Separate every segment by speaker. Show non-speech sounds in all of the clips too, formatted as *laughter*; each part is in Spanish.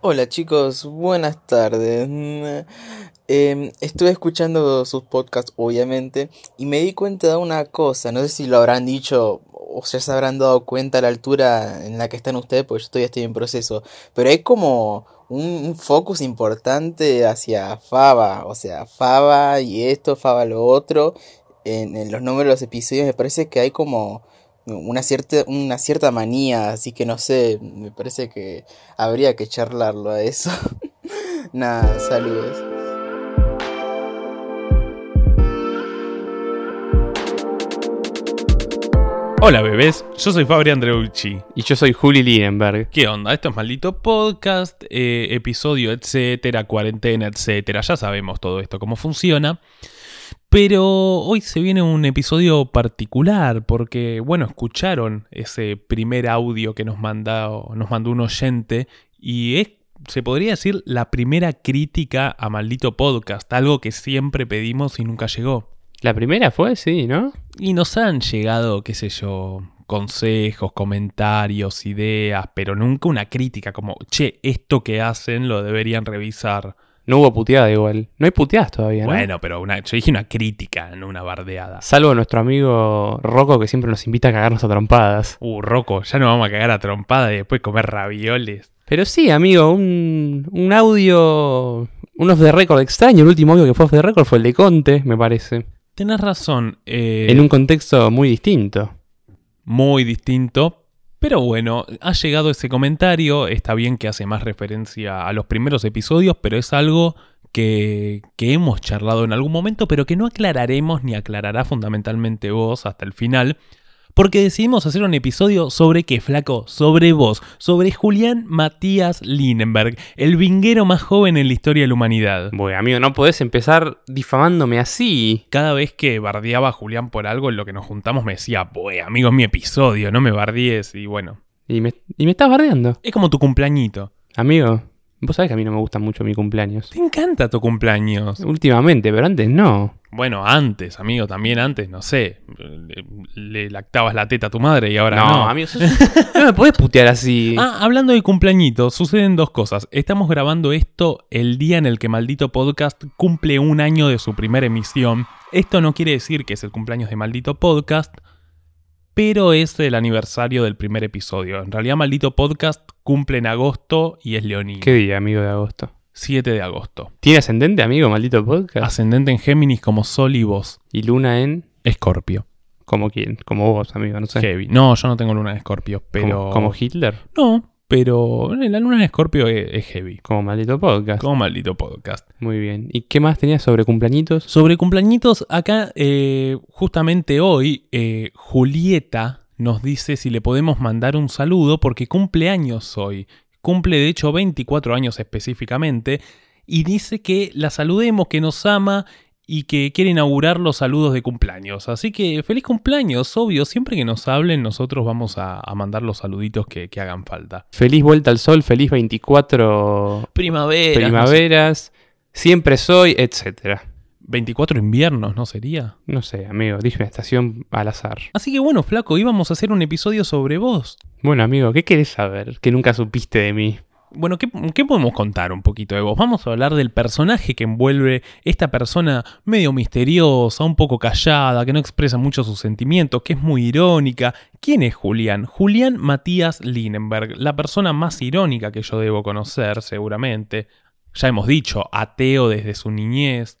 Speaker 1: Hola chicos, buenas tardes. Eh, estuve escuchando sus podcasts, obviamente, y me di cuenta de una cosa, no sé si lo habrán dicho o ya se habrán dado cuenta a la altura en la que están ustedes, porque yo todavía estoy en proceso, pero hay como un, un focus importante hacia Faba, o sea, Faba y esto, Faba lo otro, en, en los nombres de los episodios me parece que hay como una cierta, una cierta manía, así que no sé, me parece que habría que charlarlo a eso. *laughs* Nada, saludos.
Speaker 2: Hola bebés, yo soy Fabri Andreucci.
Speaker 3: Y yo soy Juli Liebenberg.
Speaker 2: ¿Qué onda? Esto es maldito podcast, eh, episodio, etcétera, cuarentena, etcétera. Ya sabemos todo esto, cómo funciona. Pero hoy se viene un episodio particular porque, bueno, escucharon ese primer audio que nos, mandado, nos mandó un oyente y es, se podría decir, la primera crítica a maldito podcast, algo que siempre pedimos y nunca llegó.
Speaker 3: La primera fue, sí, ¿no?
Speaker 2: Y nos han llegado, qué sé yo, consejos, comentarios, ideas, pero nunca una crítica como, che, esto que hacen lo deberían revisar.
Speaker 3: No hubo puteada igual. No hay puteadas todavía, ¿no?
Speaker 2: Bueno, pero una, yo dije una crítica, no una bardeada.
Speaker 3: Salvo nuestro amigo Rocco que siempre nos invita a cagarnos a trompadas.
Speaker 2: Uh, Rocco, ya nos vamos a cagar a trompadas y después comer ravioles.
Speaker 3: Pero sí, amigo, un, un audio, un off the record extraño. El último audio que fue off the record fue el de Conte, me parece.
Speaker 2: Tenés razón. eh,
Speaker 3: En un contexto muy distinto.
Speaker 2: muy distinto. Pero bueno, ha llegado ese comentario, está bien que hace más referencia a los primeros episodios, pero es algo que, que hemos charlado en algún momento, pero que no aclararemos ni aclarará fundamentalmente vos hasta el final, porque decidimos hacer un episodio sobre qué, flaco, sobre vos, sobre Julián Matías Linenberg, el vinguero más joven en la historia de la humanidad.
Speaker 3: Bueno, amigo, no podés empezar difamándome así.
Speaker 2: Cada vez que bardeaba a Julián por algo, en lo que nos juntamos me decía, boy, amigo, es mi episodio, no me bardees, y bueno.
Speaker 3: Y me, y me estás bardeando.
Speaker 2: Es como tu cumpleañito.
Speaker 3: Amigo, vos sabés que a mí no me gusta mucho mi cumpleaños.
Speaker 2: Te encanta tu cumpleaños.
Speaker 3: Últimamente, pero antes no.
Speaker 2: Bueno, antes, amigo, también antes, no sé. Le, le lactabas la teta a tu madre y ahora
Speaker 3: no,
Speaker 2: no.
Speaker 3: amigo, sos- no me podés putear así.
Speaker 2: Ah, hablando de cumpleañito, suceden dos cosas. Estamos grabando esto el día en el que Maldito Podcast cumple un año de su primera emisión. Esto no quiere decir que es el cumpleaños de Maldito Podcast, pero es el aniversario del primer episodio. En realidad, Maldito Podcast cumple en agosto y es Leoní.
Speaker 3: ¿Qué día, amigo de agosto?
Speaker 2: 7 de agosto.
Speaker 3: ¿Tiene ascendente, amigo, maldito podcast?
Speaker 2: Ascendente en Géminis como Sol y vos.
Speaker 3: Y luna en...
Speaker 2: Escorpio.
Speaker 3: Como quién, como vos, amigo, no sé.
Speaker 2: Heavy. No, yo no tengo luna en Escorpio, pero.
Speaker 3: Como, como Hitler,
Speaker 2: No, pero eh, la luna en Escorpio es, es heavy.
Speaker 3: como maldito podcast.
Speaker 2: Como maldito podcast.
Speaker 3: Muy bien. ¿Y qué más tenías sobre cumpleañitos?
Speaker 2: Sobre cumpleañitos, acá, eh, justamente hoy, eh, Julieta nos dice si le podemos mandar un saludo porque cumple años hoy. Cumple, de hecho, 24 años específicamente. Y dice que la saludemos, que nos ama y que quiere inaugurar los saludos de cumpleaños. Así que feliz cumpleaños, obvio. Siempre que nos hablen, nosotros vamos a, a mandar los saluditos que- que hagan falta.
Speaker 3: Feliz vuelta al sol, feliz 24
Speaker 2: Primavera.
Speaker 3: primaveras, siempre soy, etcétera.
Speaker 2: 24 inviernos, ¿no sería?
Speaker 3: No sé, amigo, dije una estación al azar.
Speaker 2: Así que bueno, flaco, íbamos a hacer un episodio sobre vos.
Speaker 3: Bueno, amigo, ¿qué querés saber que nunca supiste de mí?
Speaker 2: Bueno, ¿qué, qué podemos contar un poquito de vos? Vamos a hablar del personaje que envuelve esta persona medio misteriosa, un poco callada, que no expresa mucho sus sentimientos, que es muy irónica. ¿Quién es Julián? Julián Matías Linenberg, la persona más irónica que yo debo conocer, seguramente. Ya hemos dicho, ateo desde su niñez.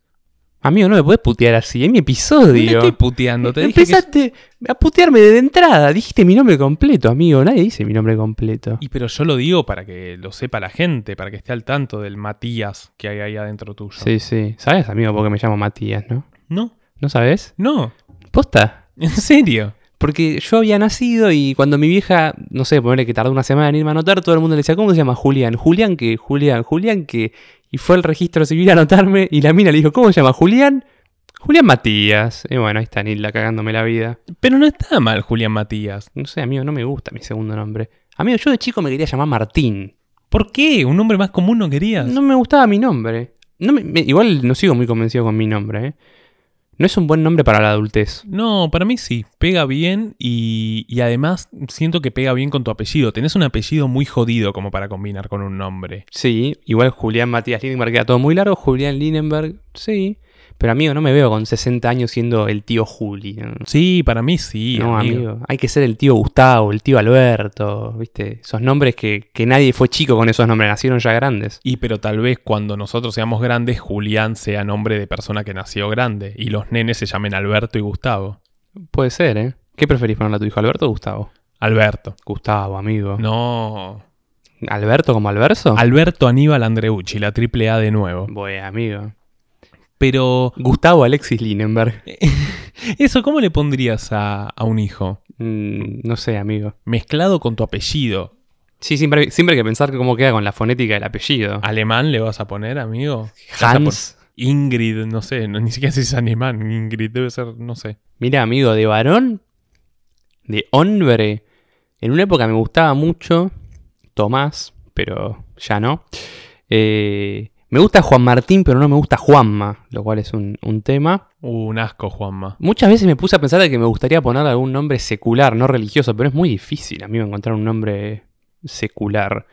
Speaker 3: Amigo, no me podés putear así, es mi
Speaker 2: No le
Speaker 3: episodio.
Speaker 2: estoy puteando,
Speaker 3: E
Speaker 2: te dije que es-
Speaker 3: Empezaste a putearme desde entrada, dijiste mi nombre completo, amigo, nadie dice mi nombre completo.
Speaker 2: Y pero yo lo digo para que lo sepa la gente, para que esté al tanto del Matías que hay ahí adentro tuyo.
Speaker 3: Sí, sí. ¿Sabes, amigo, porque me llamo Matías, no?
Speaker 2: No,
Speaker 3: ¿No sabes?
Speaker 2: no,
Speaker 3: ¿Posta?
Speaker 2: en serio.
Speaker 3: Porque yo había nacido y cuando mi vieja, no sé, ponerle que tardó una semana en irme a anotar, todo el mundo le decía, ¿cómo se llama Julián? Julián que, Julián, Julián que. Y fue al registro civil a anotarme y la mina le dijo, ¿cómo se llama Julián? Julián Matías. Y bueno, ahí está Nilda cagándome la vida.
Speaker 2: Pero no está mal Julián Matías.
Speaker 3: No sé, amigo, no me gusta mi segundo nombre. Amigo, yo de chico me quería llamar Martín.
Speaker 2: ¿Por qué? ¿Un nombre más común no querías?
Speaker 3: No me gustaba mi nombre. No me- me- igual no sigo muy convencido con mi nombre, ¿eh? No es un buen nombre para la adultez.
Speaker 2: No, para mí sí, pega bien y, y además siento que pega bien con tu apellido. Tenés un apellido muy jodido como para combinar con un nombre.
Speaker 3: Sí, igual Julián Matías Lindenberg queda todo muy largo. Julián Lindenberg, sí. Pero amigo, no me veo con 60 años siendo el tío Juli. ¿no?
Speaker 2: Sí, para mí sí.
Speaker 3: no,
Speaker 2: amigo.
Speaker 3: amigo. Hay que ser el tío Gustavo, el tío Alberto, ¿viste? Esos nombres que, que nadie fue chico con esos nombres, nacieron ya grandes.
Speaker 2: Y pero tal vez cuando nosotros seamos grandes, Julián sea nombre de persona que nació grande y los nenes se llamen Alberto y Gustavo.
Speaker 3: Puede ser, ¿eh? ¿Qué preferís ponerle a tu hijo, Alberto o Gustavo?
Speaker 2: Alberto.
Speaker 3: Gustavo, amigo.
Speaker 2: No.
Speaker 3: ¿Alberto como Alverso?
Speaker 2: Alberto Aníbal Andreucci, la triple A de nuevo.
Speaker 3: Bueno, amigo.
Speaker 2: Pero
Speaker 3: Gustavo Alexis Linenberg.
Speaker 2: eso, ¿cómo le pondrías a, a un hijo?
Speaker 3: Mm, no sé, amigo.
Speaker 2: Mezclado con tu apellido.
Speaker 3: Sí, siempre, siempre hay que pensar cómo queda con la fonética del apellido.
Speaker 2: ¿Alemán le vas a poner, amigo?
Speaker 3: Ah. Hans.
Speaker 2: Ingrid, no sé, no- ni siquiera si es alemán. Ingrid debe ser, no sé.
Speaker 3: Mira, amigo, de varón, de hombre. En una época me gustaba mucho Tomás, pero ya no. Eh, me gusta Juan Martín, pero no me gusta Juanma, lo cual es un, un tema.
Speaker 2: Uh, Un asco, Juanma.
Speaker 3: Muchas veces me puse a pensar de que me gustaría poner algún nombre secular, no religioso, pero es muy difícil, amigo, encontrar un nombre secular.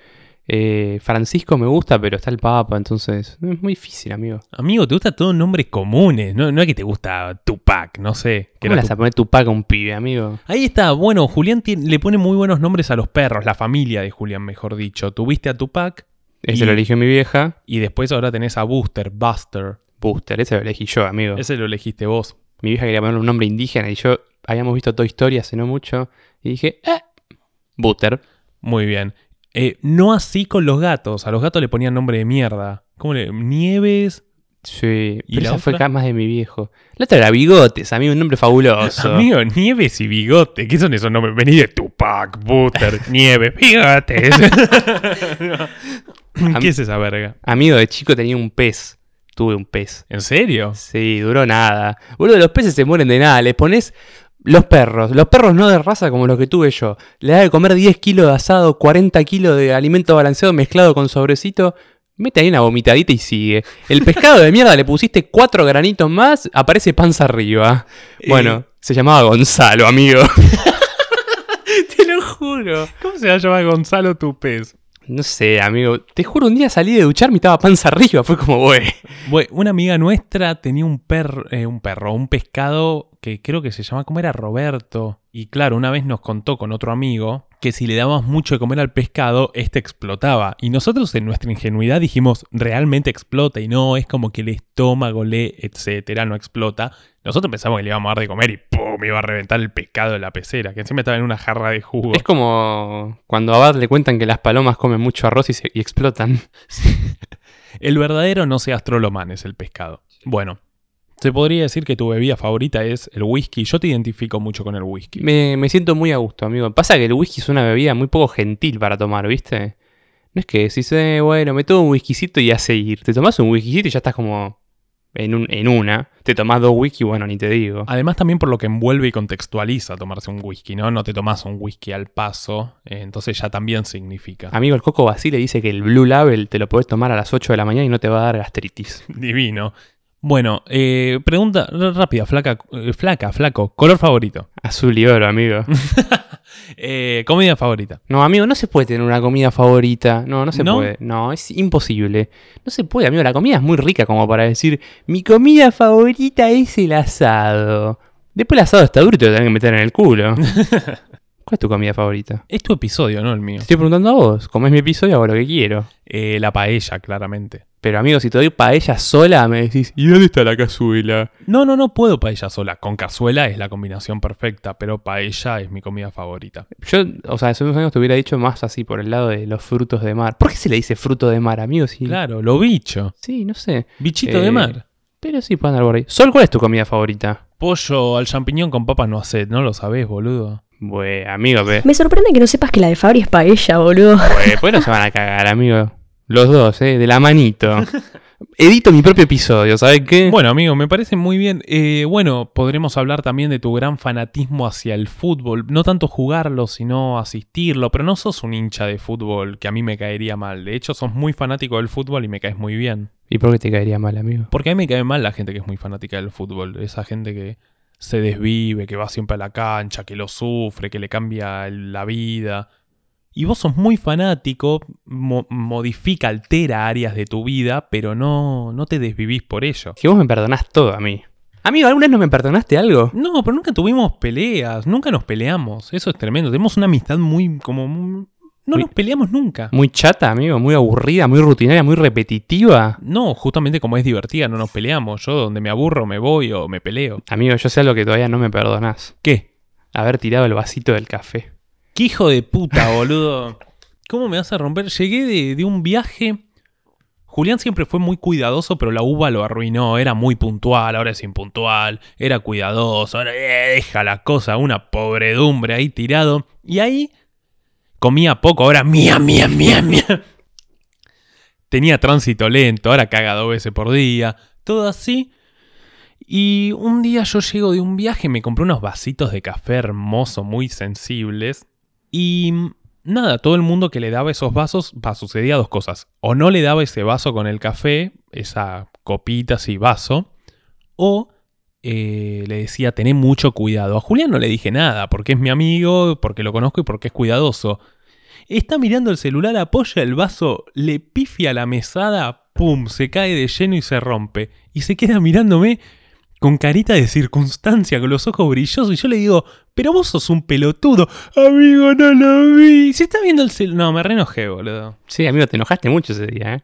Speaker 3: Eh, Francisco me gusta, pero está el Papa, entonces es muy difícil, amigo.
Speaker 2: Amigo, te gustan todos nombres comunes. No, no es que te gusta Tupac, no sé. que
Speaker 3: ¿Cómo
Speaker 2: era
Speaker 3: le vas a poner Tupac a un pibe, amigo?
Speaker 2: Ahí está, bueno, Julián tiene- le pone muy buenos nombres a los perros, la familia de Julián, mejor dicho. Tuviste a Tupac
Speaker 3: Ese
Speaker 2: Y-
Speaker 3: lo eligió mi vieja.
Speaker 2: y después ahora tenés a Booster, Buster.
Speaker 3: Booster, ese lo elegí yo, amigo.
Speaker 2: Ese lo elegiste vos.
Speaker 3: Mi vieja quería ponerle un nombre indígena y yo habíamos visto Toy Story hace no mucho y dije, eh, Butter.
Speaker 2: Muy bien. Eh, no así con los gatos. A los gatos le ponían nombre de mierda. ¿Cómo le.? Nieves.
Speaker 3: Sí,
Speaker 2: ¿Y
Speaker 3: pero
Speaker 2: la
Speaker 3: esa fue
Speaker 2: otra?
Speaker 3: acá más de mi viejo. La otra era Bigotes, amigo, un nombre
Speaker 2: *laughs*
Speaker 3: fabuloso.
Speaker 2: Amigo, Nieves y Bigote. ¿Qué son esos nombres? Vení de Tupac, Buster, Nieves, Bigotes. ¿Qué es esa verga?
Speaker 3: Amigo, de chico tenía un pez. Tuve un pez.
Speaker 2: ¿En serio?
Speaker 3: Sí, duró nada. Boludo, los peces se mueren de nada. Les pones los perros. Los perros no de raza como los que tuve yo. Le da de comer 10 kilos de asado, 40 kilos de alimento balanceado mezclado con sobrecito. Mete ahí una vomitadita y sigue. El pescado de mierda le pusiste cuatro granitos más, aparece panza arriba.
Speaker 2: Eh.
Speaker 3: Bueno, se llamaba Gonzalo, amigo.
Speaker 2: Te lo juro. ¿Cómo se va a llamar Gonzalo Tupés?
Speaker 3: No sé, amigo. Te juro, un día salí de ducharme y estaba panza arriba. Fue como, güey.
Speaker 2: Bueno, una amiga nuestra tenía un perro, eh, un perro, un pescado que creo que se llama, ¿cómo era? Roberto. Y claro, una vez nos contó con otro amigo que si le dábamos mucho de comer al pescado, este explotaba. Y nosotros en nuestra ingenuidad dijimos, realmente explota y no, es como que el estómago le, etcétera, no explota. Nosotros pensamos que le íbamos a dar de comer y ¡pum! iba a reventar el pescado de la pecera, que encima estaba en una jarra de jugo.
Speaker 3: Es como cuando a Bart le cuentan que las palomas comen mucho arroz y, se- y explotan.
Speaker 2: El verdadero no se astroloman es el pescado. Bueno, se podría decir que tu bebida favorita es el whisky. Yo te identifico mucho con el whisky.
Speaker 3: *laughs* Me, me siento muy a gusto, amigo. Pasa que el whisky es una bebida muy poco gentil para tomar, ¿viste? No es que decís, eh, bueno, me tomo un whiskycito y a seguir. Te tomás un whiskycito y ya estás como en, un- en una. Te tomás dos whisky, bueno, ni te digo.
Speaker 2: Además también por lo que envuelve y contextualiza tomarse un whisky, ¿no? No te tomas un whisky al paso, eh, entonces ya también significa.
Speaker 3: Amigo, el Coco Basile dice que el Blue Label te lo podés tomar a las 8 de la mañana y no te va a dar gastritis.
Speaker 2: Divino. Bueno, eh, pregunta r- rápida, flaca, eh, flaca, flaco, color favorito.
Speaker 3: Azul y oro, amigo.
Speaker 2: Eh, comida favorita.
Speaker 3: No, amigo, no se puede tener una comida favorita. No, no se
Speaker 2: ¿No?
Speaker 3: puede. No, es imposible. No se puede, amigo. La comida es muy rica como para decir, mi comida favorita es el asado. Después el asado está duro y te lo tenés que meter en el culo. ¿Cuál es tu comida favorita?
Speaker 2: Es tu episodio, no el mío.
Speaker 3: Te estoy preguntando a vos. Como es mi episodio, hago lo que quiero.
Speaker 2: Eh, la paella, claramente.
Speaker 3: Pero, amigo, si te doy paella sola, me decís, ¿y dónde está la cazuela?
Speaker 2: No, no, no puedo paella sola. Con cazuela es la combinación perfecta, pero paella es mi comida favorita.
Speaker 3: Yo, o sea, hace unos años te hubiera dicho más así por el lado de los frutos de mar. ¿Por qué se le dice fruto de mar, amigo? Si-
Speaker 2: Claro, lo bicho.
Speaker 3: Sí, no sé.
Speaker 2: Bichito
Speaker 3: Eh.
Speaker 2: de mar.
Speaker 3: Pero sí, pueden andar por ahí. Sol, ¿cuál es tu comida favorita?
Speaker 2: Pollo al champiñón con papas no hace, no lo sabés, boludo.
Speaker 3: Bueno, amigo,
Speaker 2: *laughs*
Speaker 3: pe.
Speaker 4: Me sorprende que no sepas que la de Fabri es paella, boludo.
Speaker 3: Bueno, pues no se van a cagar, amigo. Los dos, ¿eh? De
Speaker 2: *laughs*
Speaker 3: la manito. Edito mi propio episodio, ¿sabes qué?
Speaker 2: Bueno, amigo, me parece muy bien. Eh, bueno, podremos hablar también de tu gran fanatismo hacia el fútbol. No tanto jugarlo, sino asistirlo. Pero no sos un hincha de fútbol que a mí me caería mal. De hecho, sos muy fanático del fútbol y me caes muy bien.
Speaker 3: ¿Y por qué te caería mal, amigo?
Speaker 2: Porque a mí me cae mal la gente que es muy fanática del fútbol. Esa gente que se desvive, que va siempre a la cancha, que lo sufre, que le cambia el- la vida. Y vos sos muy fanático, mo- modifica, altera áreas de tu vida, pero no, no te desvivís por ello.
Speaker 3: Que vos me perdonás todo a mí. Amigo, ¿alguna vez no me perdonaste algo?
Speaker 2: No, pero nunca tuvimos peleas, nunca nos peleamos. Eso es tremendo. Tenemos una amistad muy como... muy- No
Speaker 3: Muy-
Speaker 2: nos peleamos nunca.
Speaker 3: Muy chata, amigo, muy aburrida, muy rutinaria, muy repetitiva.
Speaker 2: No, justamente como es divertida, no nos peleamos. Yo donde me aburro me voy o me peleo.
Speaker 3: Amigo, yo sé lo que todavía no me perdonás.
Speaker 2: ¿Qué?
Speaker 3: Haber tirado el vasito del café.
Speaker 2: ¿Qué hijo de puta, boludo? ¿Cómo me vas a romper? Llegué de, de un viaje. Julián siempre fue muy cuidadoso, pero la uva lo arruinó. Era muy puntual, ahora es impuntual. Era cuidadoso, ahora eh, deja la cosa, una pobredumbre ahí tirado. Y ahí comía poco, ahora mía, mía, mía, mía. Tenía tránsito lento, ahora caga dos veces por día. Todo así. Y un día yo llego de un viaje, me compré unos vasitos de café hermosos, muy sensibles. Y mm, nada, todo el mundo que le daba esos vasos, va, sucedía dos cosas. O no le daba ese vaso con el café, esa copita así, vaso. O eh, le decía, tené mucho cuidado. A Julián no le dije nada, porque es mi amigo, porque lo conozco y porque es cuidadoso. Está mirando el celular, apoya el vaso, le pifia la mesada, pum, se cae de lleno y se rompe. Y se queda mirándome con carita de circunstancia, con los ojos brillosos, y yo le digo, pero vos sos un pelotudo, amigo, no lo vi. Se está viendo el celular. No, me renojé, boludo.
Speaker 3: Sí, amigo, te enojaste mucho ese día, ¿eh?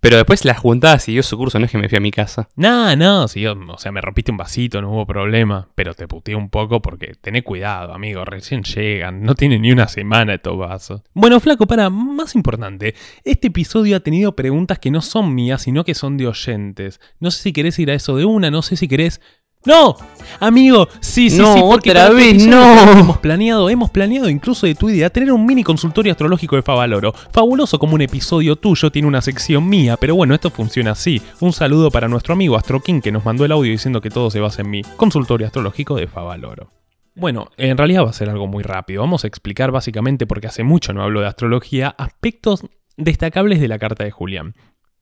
Speaker 3: Pero después la juntada siguió su curso, no es que me fui a mi casa.
Speaker 2: Nah, no, si yo- o sea, me rompiste un vasito, no hubo problema, pero te puteé un poco porque tené cuidado, amigo, recién llegan, no tienen ni una semana estos vasos. Bueno, flaco, para, más importante, este episodio ha tenido preguntas que no son mías, sino que son de oyentes. No sé si querés ir a eso de una, no sé si querés... ¡No! Amigo, sí, sí,
Speaker 3: No,
Speaker 2: sí, porque
Speaker 3: otra
Speaker 2: para este
Speaker 3: vez,
Speaker 2: episodio
Speaker 3: no.
Speaker 2: Hemos planeado, hemos planeado incluso de tu idea tener un mini consultorio astrológico de Favaloro. Fabuloso como un episodio tuyo tiene una sección mía, pero bueno, esto funciona así. Un saludo para nuestro amigo Astrokin que nos mandó el audio diciendo que todo se basa en mi consultorio astrológico de Favaloro. Bueno, en realidad va a ser algo muy rápido. Vamos a explicar básicamente, porque hace mucho no hablo de astrología, aspectos destacables de la carta de Julián.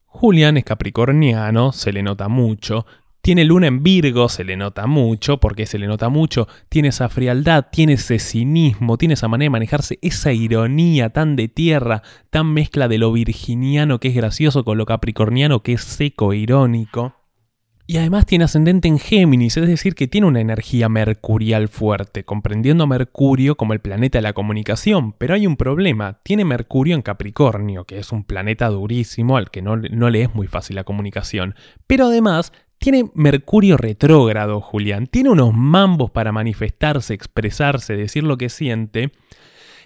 Speaker 2: Julián es capricorniano, se le nota mucho. Tiene luna en Virgo, se le nota mucho, porque se le nota mucho. Tiene esa frialdad, tiene ese cinismo, tiene esa manera de manejarse, esa ironía tan de tierra, tan mezcla de lo virginiano que es gracioso con lo capricorniano que es seco e irónico. Y además tiene ascendente en Géminis, es decir, que tiene una energía mercurial fuerte, comprendiendo a Mercurio como el planeta de la comunicación, pero hay un problema, tiene Mercurio en Capricornio, que es un planeta durísimo al que no, le- no le es muy fácil la comunicación, pero además tiene Mercurio retrógrado, Julián, tiene unos mambos para manifestarse, expresarse, decir lo que siente,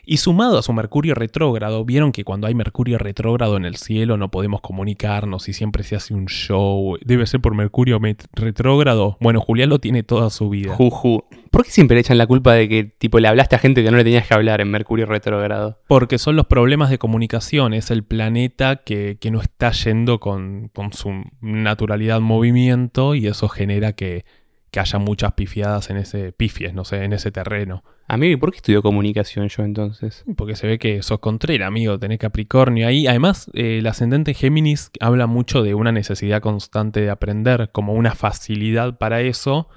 Speaker 2: y sumado a su Mercurio retrógrado, vieron que cuando hay Mercurio retrógrado en el cielo no podemos comunicarnos y siempre se hace un show. Debe ser por Mercurio met- retrógrado. Bueno, Julián lo tiene toda su vida.
Speaker 3: Juju. ¿Por qué siempre le echan la culpa de que, tipo, le hablaste a gente que no le tenías que hablar en Mercurio retrógrado?
Speaker 2: Porque son los problemas de comunicación, es el planeta que, que no está yendo con, con su naturalidad en movimiento y eso genera que, que haya muchas pifiadas en ese, pifies, no sé, en ese terreno.
Speaker 3: Amigo, ¿y por qué estudió comunicación yo entonces?
Speaker 2: Porque se ve que sos contrera, amigo, tenés Capricornio ahí. Además, eh, el ascendente Géminis habla mucho de una necesidad constante de aprender, como una facilidad para eso,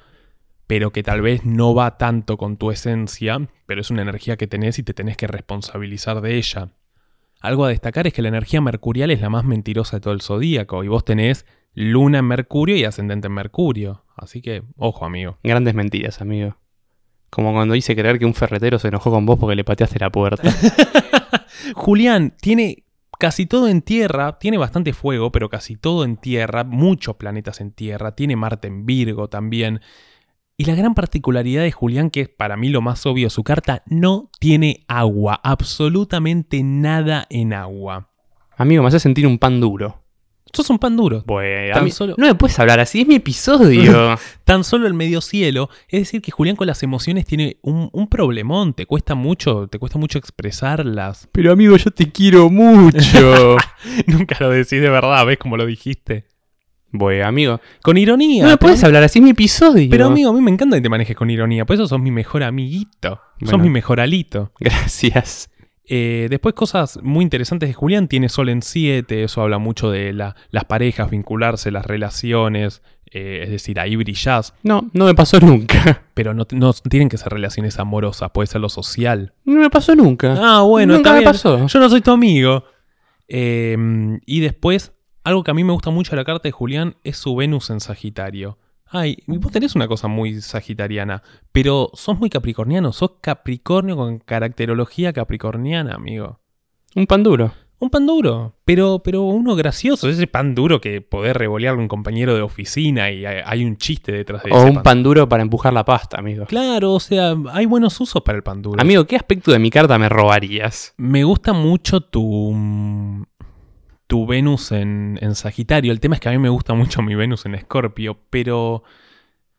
Speaker 2: pero que tal vez no va tanto con tu esencia, pero es una energía que tenés y te tenés que responsabilizar de ella. Algo a destacar es que la energía mercurial es la más mentirosa de todo el zodíaco, y vos tenés luna en Mercurio y ascendente en Mercurio. Así que, ojo, amigo.
Speaker 3: Grandes mentiras, amigo. Como cuando hice creer que un ferretero se enojó con vos porque le pateaste la *laughs* puerta.
Speaker 2: Julián tiene casi todo en tierra, tiene bastante fuego, pero casi todo en tierra, muchos planetas en tierra, tiene Marte en Virgo también. Y la gran particularidad de Julián, que es para mí lo más obvio, su carta no tiene agua, absolutamente nada en agua.
Speaker 3: Amigo, me hace sentir un pan duro.
Speaker 2: Sos un pan duro.
Speaker 3: Bueno,
Speaker 2: Tan
Speaker 3: ami-
Speaker 2: solo-
Speaker 3: no me puedes hablar así, es mi episodio.
Speaker 2: Tan solo el medio cielo, es decir, que Julián con las emociones tiene un, un problemón, te cuesta mucho, te cuesta mucho expresarlas. *laughs*
Speaker 3: *laughs* Pero amigo, yo te quiero mucho.
Speaker 2: Nunca lo decís de verdad, ¿ves cómo lo dijiste?
Speaker 3: *laughs* bueno, amigo,
Speaker 2: Con ironía.
Speaker 3: no me
Speaker 2: pero-
Speaker 3: puedes hablar así, es mi episodio.
Speaker 2: Pero amigo, a mí me encanta que te manejes con ironía, por eso sos mi mejor amiguito, sos
Speaker 3: Bueno.
Speaker 2: mi mejor alito.
Speaker 3: *laughs* Gracias.
Speaker 2: Eh, después cosas muy interesantes de Julián, tiene Sol en 7, eso habla mucho de la- las parejas, vincularse, las relaciones, eh, es decir, ahí brillás,
Speaker 3: No, no me pasó nunca.
Speaker 2: pero no, no tienen que ser relaciones amorosas, puede ser lo social.
Speaker 3: No me pasó nunca.
Speaker 2: Ah, bueno,
Speaker 3: nunca
Speaker 2: está
Speaker 3: me
Speaker 2: bien.
Speaker 3: pasó.
Speaker 2: Yo no soy tu amigo. Eh, y después, algo que a mí me gusta mucho de la carta de Julián es su Venus en Sagitario. Ay, y vos tenés una cosa muy sagitariana, pero sos muy capricorniano, sos capricornio con caracterología capricorniana, amigo.
Speaker 3: Un pan duro.
Speaker 2: Un pan duro, pero, pero uno gracioso. Ese pan duro que podés revolearle a un compañero de oficina y hay, hay un chiste detrás de
Speaker 3: O
Speaker 2: ese
Speaker 3: un pan duro para empujar la pasta, amigo.
Speaker 2: Claro, o sea, hay buenos usos para el pan duro.
Speaker 3: Amigo, ¿qué aspecto de mi carta me robarías?
Speaker 2: Me gusta mucho tu. mm, tu Venus en, en Sagitario. El tema es que a mí me gusta mucho mi Venus en Escorpio, pero.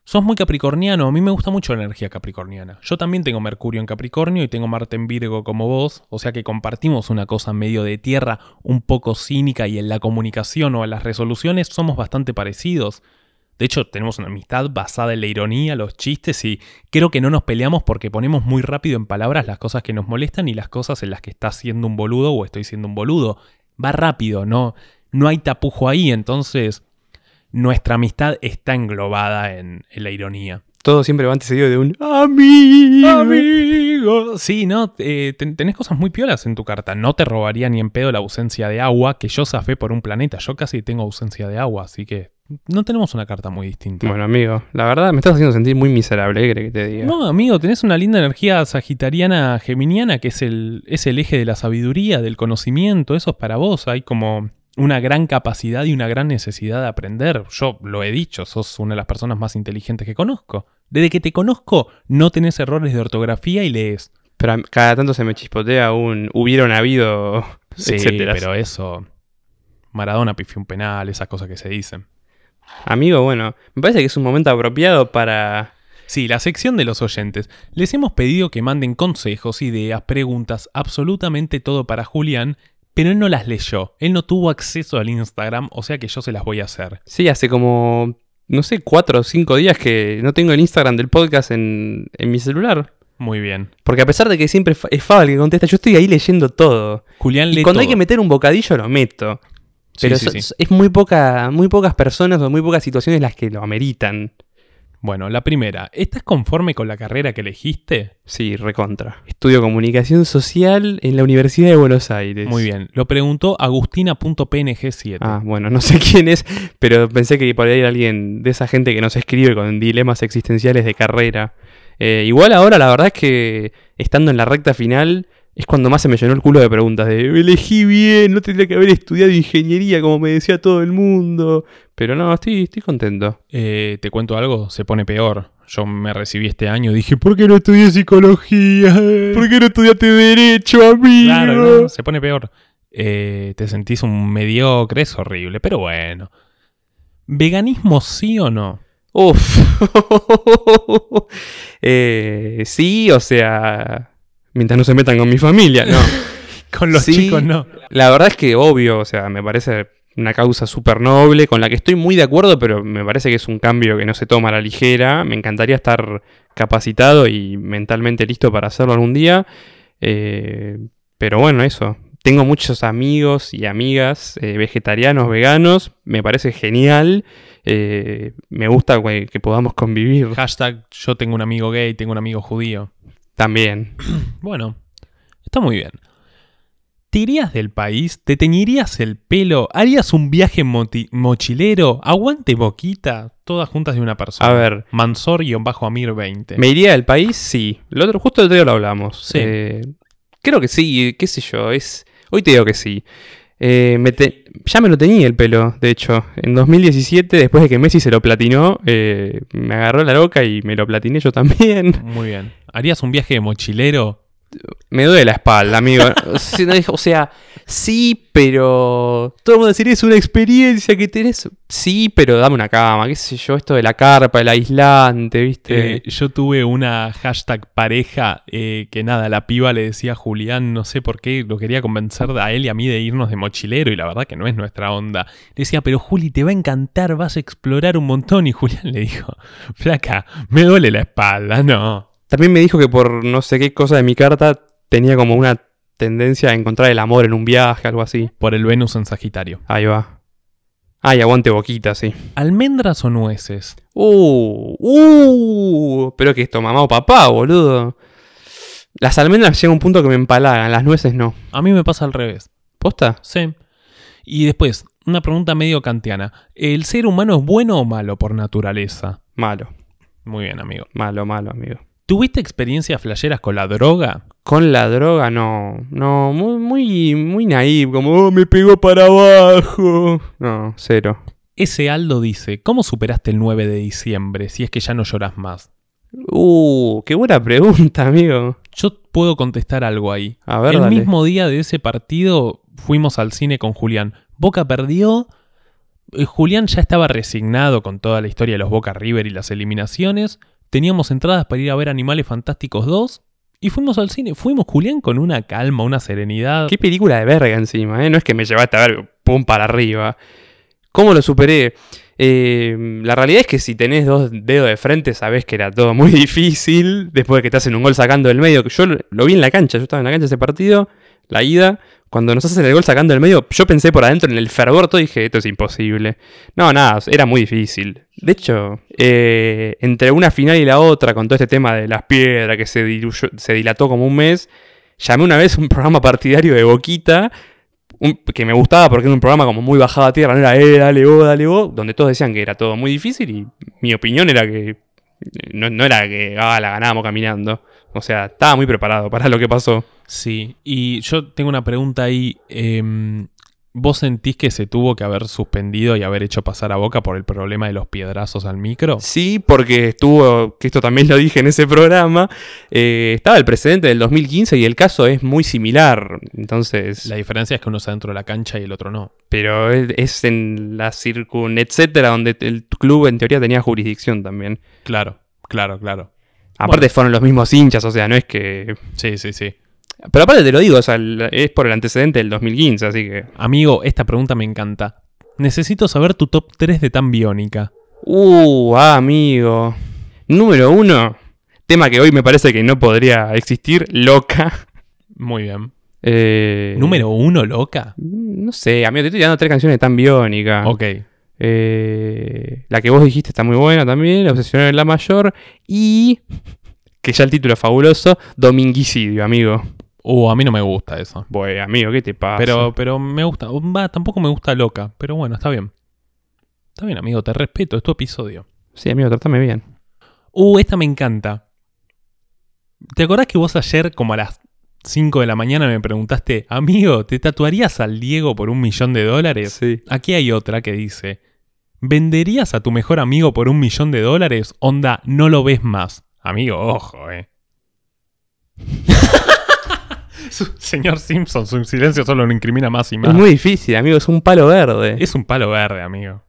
Speaker 2: Sos muy capricorniano, a mí me gusta mucho la energía capricorniana. Yo también tengo Mercurio en Capricornio y tengo Marte en Virgo como vos, o sea que compartimos una cosa medio de tierra, un poco cínica y en la comunicación o en las resoluciones somos bastante parecidos. De hecho, tenemos una amistad basada en la ironía, los chistes y creo que no nos peleamos porque ponemos muy rápido en palabras las cosas que nos molestan y las cosas en las que está siendo un boludo o estoy siendo un boludo. Va rápido, no, no hay tapujo ahí, entonces nuestra amistad está englobada en, en la ironía.
Speaker 3: Todo siempre va antecedido de un amigo.
Speaker 2: Amigo. Sí, no, eh, ten- tenés cosas muy piolas en tu carta. No te robaría ni en pedo la ausencia de agua, que yo zafé por un planeta. Yo casi tengo ausencia de agua, así que no tenemos una carta muy distinta.
Speaker 3: Bueno, amigo, la verdad me estás haciendo sentir muy miserable, ¿qué querés que te diga?
Speaker 2: No, amigo, tenés una linda energía sagitariana geminiana que es el, es el eje de la sabiduría, del conocimiento, eso es para vos. Hay como una gran capacidad y una gran necesidad de aprender. Yo lo he dicho, sos una de las personas más inteligentes que conozco. Desde que te conozco, no tenés errores de ortografía y lees.
Speaker 3: Pero a- cada tanto se me chispotea un hubieron habido,
Speaker 2: Sí,
Speaker 3: etcétera.
Speaker 2: pero eso. Maradona pifió un penal, esas cosas que se dicen.
Speaker 3: Amigo, bueno, me parece que es un momento apropiado para
Speaker 2: Sí, la sección de los oyentes. Les hemos pedido que manden consejos, ideas, preguntas, absolutamente todo para Julián, pero él no las leyó. Él no tuvo acceso al Instagram, o sea que yo se las voy a hacer.
Speaker 3: Sí, hace como, no sé, cuatro o cinco días que no tengo el Instagram del podcast en, en mi celular.
Speaker 2: Muy bien.
Speaker 3: Porque a pesar de que siempre fa- es Fab el que contesta, yo estoy ahí leyendo todo.
Speaker 2: Julián
Speaker 3: Y
Speaker 2: lee
Speaker 3: cuando hay
Speaker 2: todo.
Speaker 3: que meter un bocadillo, lo meto.
Speaker 2: Sí,
Speaker 3: Pero
Speaker 2: sí,
Speaker 3: so-
Speaker 2: sí.
Speaker 3: so- es muy, poca, muy pocas personas o muy pocas situaciones las que lo ameritan.
Speaker 2: Bueno, la primera. ¿Estás conforme con la carrera que elegiste?
Speaker 3: Sí, recontra. Estudio comunicación social en la Universidad de Buenos Aires.
Speaker 2: Muy bien. Lo preguntó agustina.png7.
Speaker 3: Ah, bueno, no sé *laughs* quién es, pero pensé que por ahí era alguien de esa gente que nos escribe con dilemas existenciales de carrera. Eh, igual ahora la verdad es que estando en la recta final es cuando más se me llenó el culo de preguntas de elegí bien, no tendría que haber estudiado ingeniería como me decía todo el mundo. Pero no, estoy, estoy contento.
Speaker 2: Eh, te cuento algo, se pone peor. Yo me recibí este año y dije, ¿por qué no estudié psicología?
Speaker 3: ¿Por qué no estudiaste derecho, amigo?
Speaker 2: Claro, no, se pone peor. Eh, te sentís un mediocre, es horrible, pero bueno. ¿Veganismo sí o no?
Speaker 3: Uf. *laughs* Eh, sí, o sea, mientras no se metan con mi familia, no.
Speaker 2: Con los
Speaker 3: Sí.
Speaker 2: chicos no.
Speaker 3: La verdad es que obvio, o sea, me parece una causa súper noble, con la que estoy muy de acuerdo, pero me parece que es un cambio que no se toma a la ligera. Me encantaría estar capacitado y mentalmente listo para hacerlo algún día. Eh, pero bueno, eso. Tengo muchos amigos y amigas eh, vegetarianos, veganos. Me parece genial. Eh, me gusta güey, que podamos convivir
Speaker 2: Hashtag yo tengo un amigo gay, tengo un amigo judío.
Speaker 3: también.
Speaker 2: Bueno, está muy bien. ¿Te irías del país? ¿Te teñirías el pelo? ¿Harías un viaje moti- mochilero? ¿Aguante boquita? Todas juntas de una persona.
Speaker 3: A ver,
Speaker 2: Mansor-Amir20.
Speaker 3: ¿Me iría del país? Sí. Lo otro, justo el otro día lo hablamos.
Speaker 2: Sí.
Speaker 3: Eh, creo que sí, qué sé yo. Es... Hoy te digo que sí. Eh, me te- Ya me lo tenía el pelo, de hecho. En 2017, después de que Messi se lo platinó, eh, me agarró la loca y me lo platiné yo también. *laughs*
Speaker 2: Muy bien. ¿Harías un viaje de mochilero?
Speaker 3: Me duele la espalda, *laughs* amigo. O sea, no es- o sea, sí, pero. Todo el mundo decir es una experiencia que tenés. Sí, pero dame una cama, qué sé yo, esto de la carpa, el aislante, ¿viste?
Speaker 2: Eh, yo tuve una hashtag pareja eh, que nada, la piba le decía a Julián, no sé por qué, lo quería convencer a él y a mí de irnos de mochilero y la verdad que no es nuestra onda. Le decía, pero Juli, te va a encantar, vas a explorar un montón y *laughs* Julián le dijo, flaca, me duele la espalda, no.
Speaker 3: También me dijo que por no sé qué cosa de mi carta tenía como una tendencia a encontrar el amor en un viaje, algo así.
Speaker 2: Por el Venus en Sagitario.
Speaker 3: Ahí va. Ay, aguante boquita, sí.
Speaker 2: ¿Almendras o nueces?
Speaker 3: Uh, uh, pero que esto, mamá o papá, boludo. Las almendras llegan a un punto que me empalagan, las nueces no.
Speaker 2: A mí me pasa al revés.
Speaker 3: ¿Posta?
Speaker 2: Sí. Y después, una pregunta medio kantiana. ¿El ser humano es bueno o malo por naturaleza?
Speaker 3: Malo,
Speaker 2: Muy bien, amigo.
Speaker 3: malo, malo, amigo.
Speaker 2: ¿Tuviste experiencias flasheras con la droga?
Speaker 3: Con la droga, no. No, muy, muy, muy naive, como, oh, me pegó para abajo. No, cero.
Speaker 2: Ese Aldo dice, ¿cómo superaste el 9 de diciembre si es que ya no lloras más?
Speaker 3: Uh, qué buena pregunta, amigo.
Speaker 2: Yo puedo contestar algo ahí.
Speaker 3: A ver,
Speaker 2: el
Speaker 3: dale.
Speaker 2: mismo día de ese partido fuimos al cine con Julián. Boca perdió. eh, Julián ya estaba resignado con toda la historia de los Boca River y las eliminaciones. Teníamos entradas para ir a ver Animales Fantásticos 2 y fuimos al cine. Fuimos Julián con una calma, una serenidad.
Speaker 3: Qué película de verga encima, ¿eh? No es que me llevaste a ver pum para arriba. ¿Cómo lo superé? Eh, la realidad es que si tenés dos dedos de frente sabés que era todo muy *laughs* difícil después de que te hacen un gol sacando del medio. Yo lo- lo vi en la cancha, yo estaba en la cancha ese partido, la ida. Cuando nos hacen el gol sacando del medio, yo pensé por adentro en el fervor todo y dije, esto es imposible. No, nada, era muy difícil. De hecho, eh, entre una final y la otra, con todo este tema de las piedras que se, diluyó- se dilató como un mes, llamé una vez a un programa partidario de Boquita, un- que me gustaba porque era un programa como muy bajada a tierra, no era, eh, dale vos, dale vos, donde todos decían que era todo muy difícil y mi opinión era que eh, no, no era que, ah, la ganábamos caminando. O sea, estaba muy preparado para lo que pasó.
Speaker 2: Sí, y yo tengo una pregunta ahí. em, ¿Vos sentís que se tuvo que haber suspendido y haber hecho pasar a Boca por el problema de los piedrazos al micro?
Speaker 3: Sí, porque estuvo, que esto también lo dije en ese programa, eh, estaba el precedente del 2015 y el caso es muy similar. Entonces,
Speaker 2: La diferencia es que uno está dentro de la cancha y el otro no.
Speaker 3: pero es, es en la circun, etcétera, donde el club en teoría tenía jurisdicción también.
Speaker 2: Claro, claro, claro.
Speaker 3: Aparte
Speaker 2: Bueno.
Speaker 3: fueron los mismos hinchas, o sea, no es que...
Speaker 2: Sí, sí, sí.
Speaker 3: Pero aparte te lo digo, o sea, el- es por el antecedente del 2015, así que...
Speaker 2: Amigo, esta pregunta me encanta. Necesito saber tu top 3 de tan biónica.
Speaker 3: Uh, ah, amigo. Número uno, tema que hoy me parece que no podría existir, loca. *laughs*
Speaker 2: Muy bien.
Speaker 3: Eh,
Speaker 2: ¿Número 1, loca?
Speaker 3: No sé, amigo, te estoy tirando tres canciones tan biónicas.
Speaker 2: Ok.
Speaker 3: Eh, la que vos dijiste está muy buena también, La obsesión en la mayor. Y... *laughs* Que ya el título es fabuloso, Dominguicidio, amigo.
Speaker 2: Uh, a mí no me gusta eso.
Speaker 3: Bueno, amigo, ¿qué te pasa?
Speaker 2: Pero, pero me gusta. Va, tampoco me gusta loca. Pero bueno, está bien. Está bien, amigo, te respeto. Es tu episodio.
Speaker 3: Sí, amigo, tratame bien.
Speaker 2: Uh, esta me encanta. ¿Te acordás que vos ayer, como a las 5 de la mañana, me preguntaste, amigo, ¿te tatuarías al Diego por un millón de dólares?
Speaker 3: Sí.
Speaker 2: Aquí hay otra que dice, ¿venderías a tu mejor amigo por un millón de dólares? Onda, no lo ves más. Amigo, ojo, eh. *laughs* Su- Señor Simpson, su silencio solo lo incrimina más y más.
Speaker 3: Es muy difícil, amigo, es un palo verde.
Speaker 2: Es un palo verde, amigo.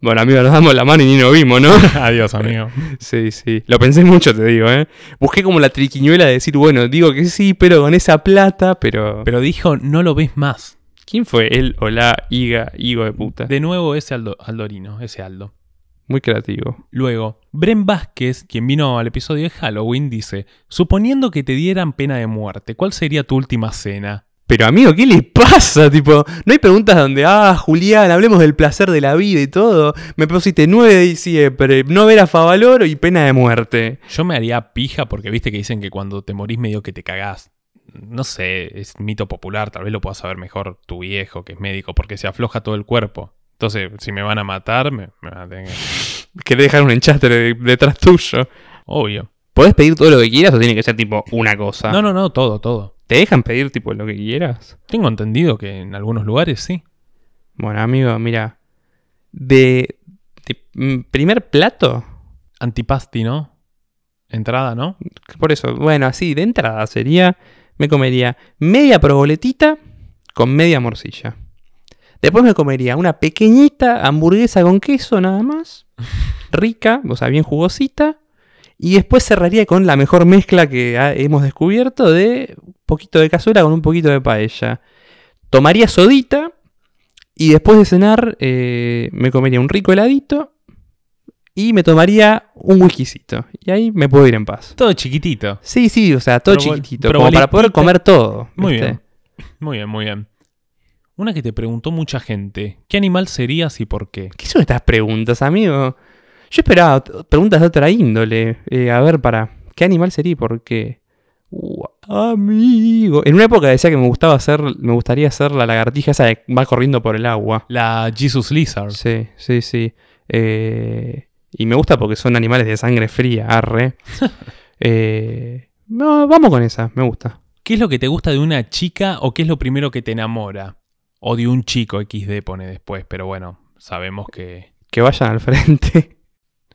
Speaker 3: Bueno, amigo, nos damos la mano y ni nos vimos, ¿no?
Speaker 2: Adiós, amigo.
Speaker 3: *laughs* sí, sí. Lo pensé mucho, te digo, ¿eh? Busqué como la triquiñuela de decir, bueno, digo que sí, pero con esa plata, pero...
Speaker 2: Pero dijo, no lo ves más.
Speaker 3: ¿Quién fue él o la higa, higo de puta?
Speaker 2: De nuevo ese Aldo, Aldorino, ese Aldo.
Speaker 3: Muy creativo.
Speaker 2: Luego, Bren Vázquez, quien vino al episodio de Halloween, dice, suponiendo que te dieran pena de muerte, ¿cuál sería tu última cena?
Speaker 3: Pero amigo, ¿qué le pasa? *laughs* Tipo, no hay preguntas donde, ah, Julián, hablemos del placer de la vida y todo. Me pusiste 9 de diciembre, no ver a Favaloro y pena de muerte.
Speaker 2: Yo me haría pija porque viste que dicen que cuando te morís medio que te cagás. No sé, es mito popular, tal vez lo puedas saber mejor tu viejo que es médico, porque se afloja todo el cuerpo. Entonces, si me van a matar, me, me van a tener que-
Speaker 3: Querés dejar un enchastre de- detrás tuyo.
Speaker 2: Obvio.
Speaker 3: ¿Podés pedir todo lo que quieras o tiene que ser tipo una cosa?
Speaker 2: No, no, no, todo, todo.
Speaker 3: ¿Te dejan pedir tipo lo que quieras?
Speaker 2: Tengo entendido que en algunos lugares sí.
Speaker 3: Bueno, amigo, mira. De, de, mm, primer plato.
Speaker 2: Antipasti, ¿no? Entrada, ¿no?
Speaker 3: Por eso, bueno, así, de entrada sería. Me comería media proboletita con media morcilla. Después me comería una pequeñita hamburguesa con queso nada más. Rica, o sea, bien jugosita. Y después cerraría con la mejor mezcla que ha- hemos descubierto de un poquito de cazuela con un poquito de paella. Tomaría sodita. Y después de cenar eh, me comería un rico heladito. y me tomaría un whiskycito. Y ahí me puedo ir en paz.
Speaker 2: Todo chiquitito.
Speaker 3: Sí, sí, o sea, todo
Speaker 2: Probol-
Speaker 3: chiquitito, como para
Speaker 2: probolitita.
Speaker 3: poder comer todo.
Speaker 2: Muy
Speaker 3: ¿viste?
Speaker 2: bien. Muy bien, muy bien. Una que te preguntó mucha gente. ¿Qué animal serías y por qué?
Speaker 3: ¿Qué son estas preguntas, amigo? Yo esperaba t- preguntas de otra índole. Eh, a ver, para. ¿Qué animal sería? y ¿Por qué? Uh, amigo. En una época decía que me gustaba hacer. Me gustaría hacer la lagartija esa que va corriendo por el agua.
Speaker 2: La Jesus Lizard.
Speaker 3: Sí, sí, sí. Eh, y me gusta porque son animales de sangre fría,
Speaker 2: *laughs*
Speaker 3: arre. Eh, no, vamos con esa, me gusta.
Speaker 2: ¿Qué es lo que te gusta de una chica o qué es lo primero que te enamora? O de un chico XD pone después, pero bueno, sabemos que...
Speaker 3: Que vayan al frente. *laughs*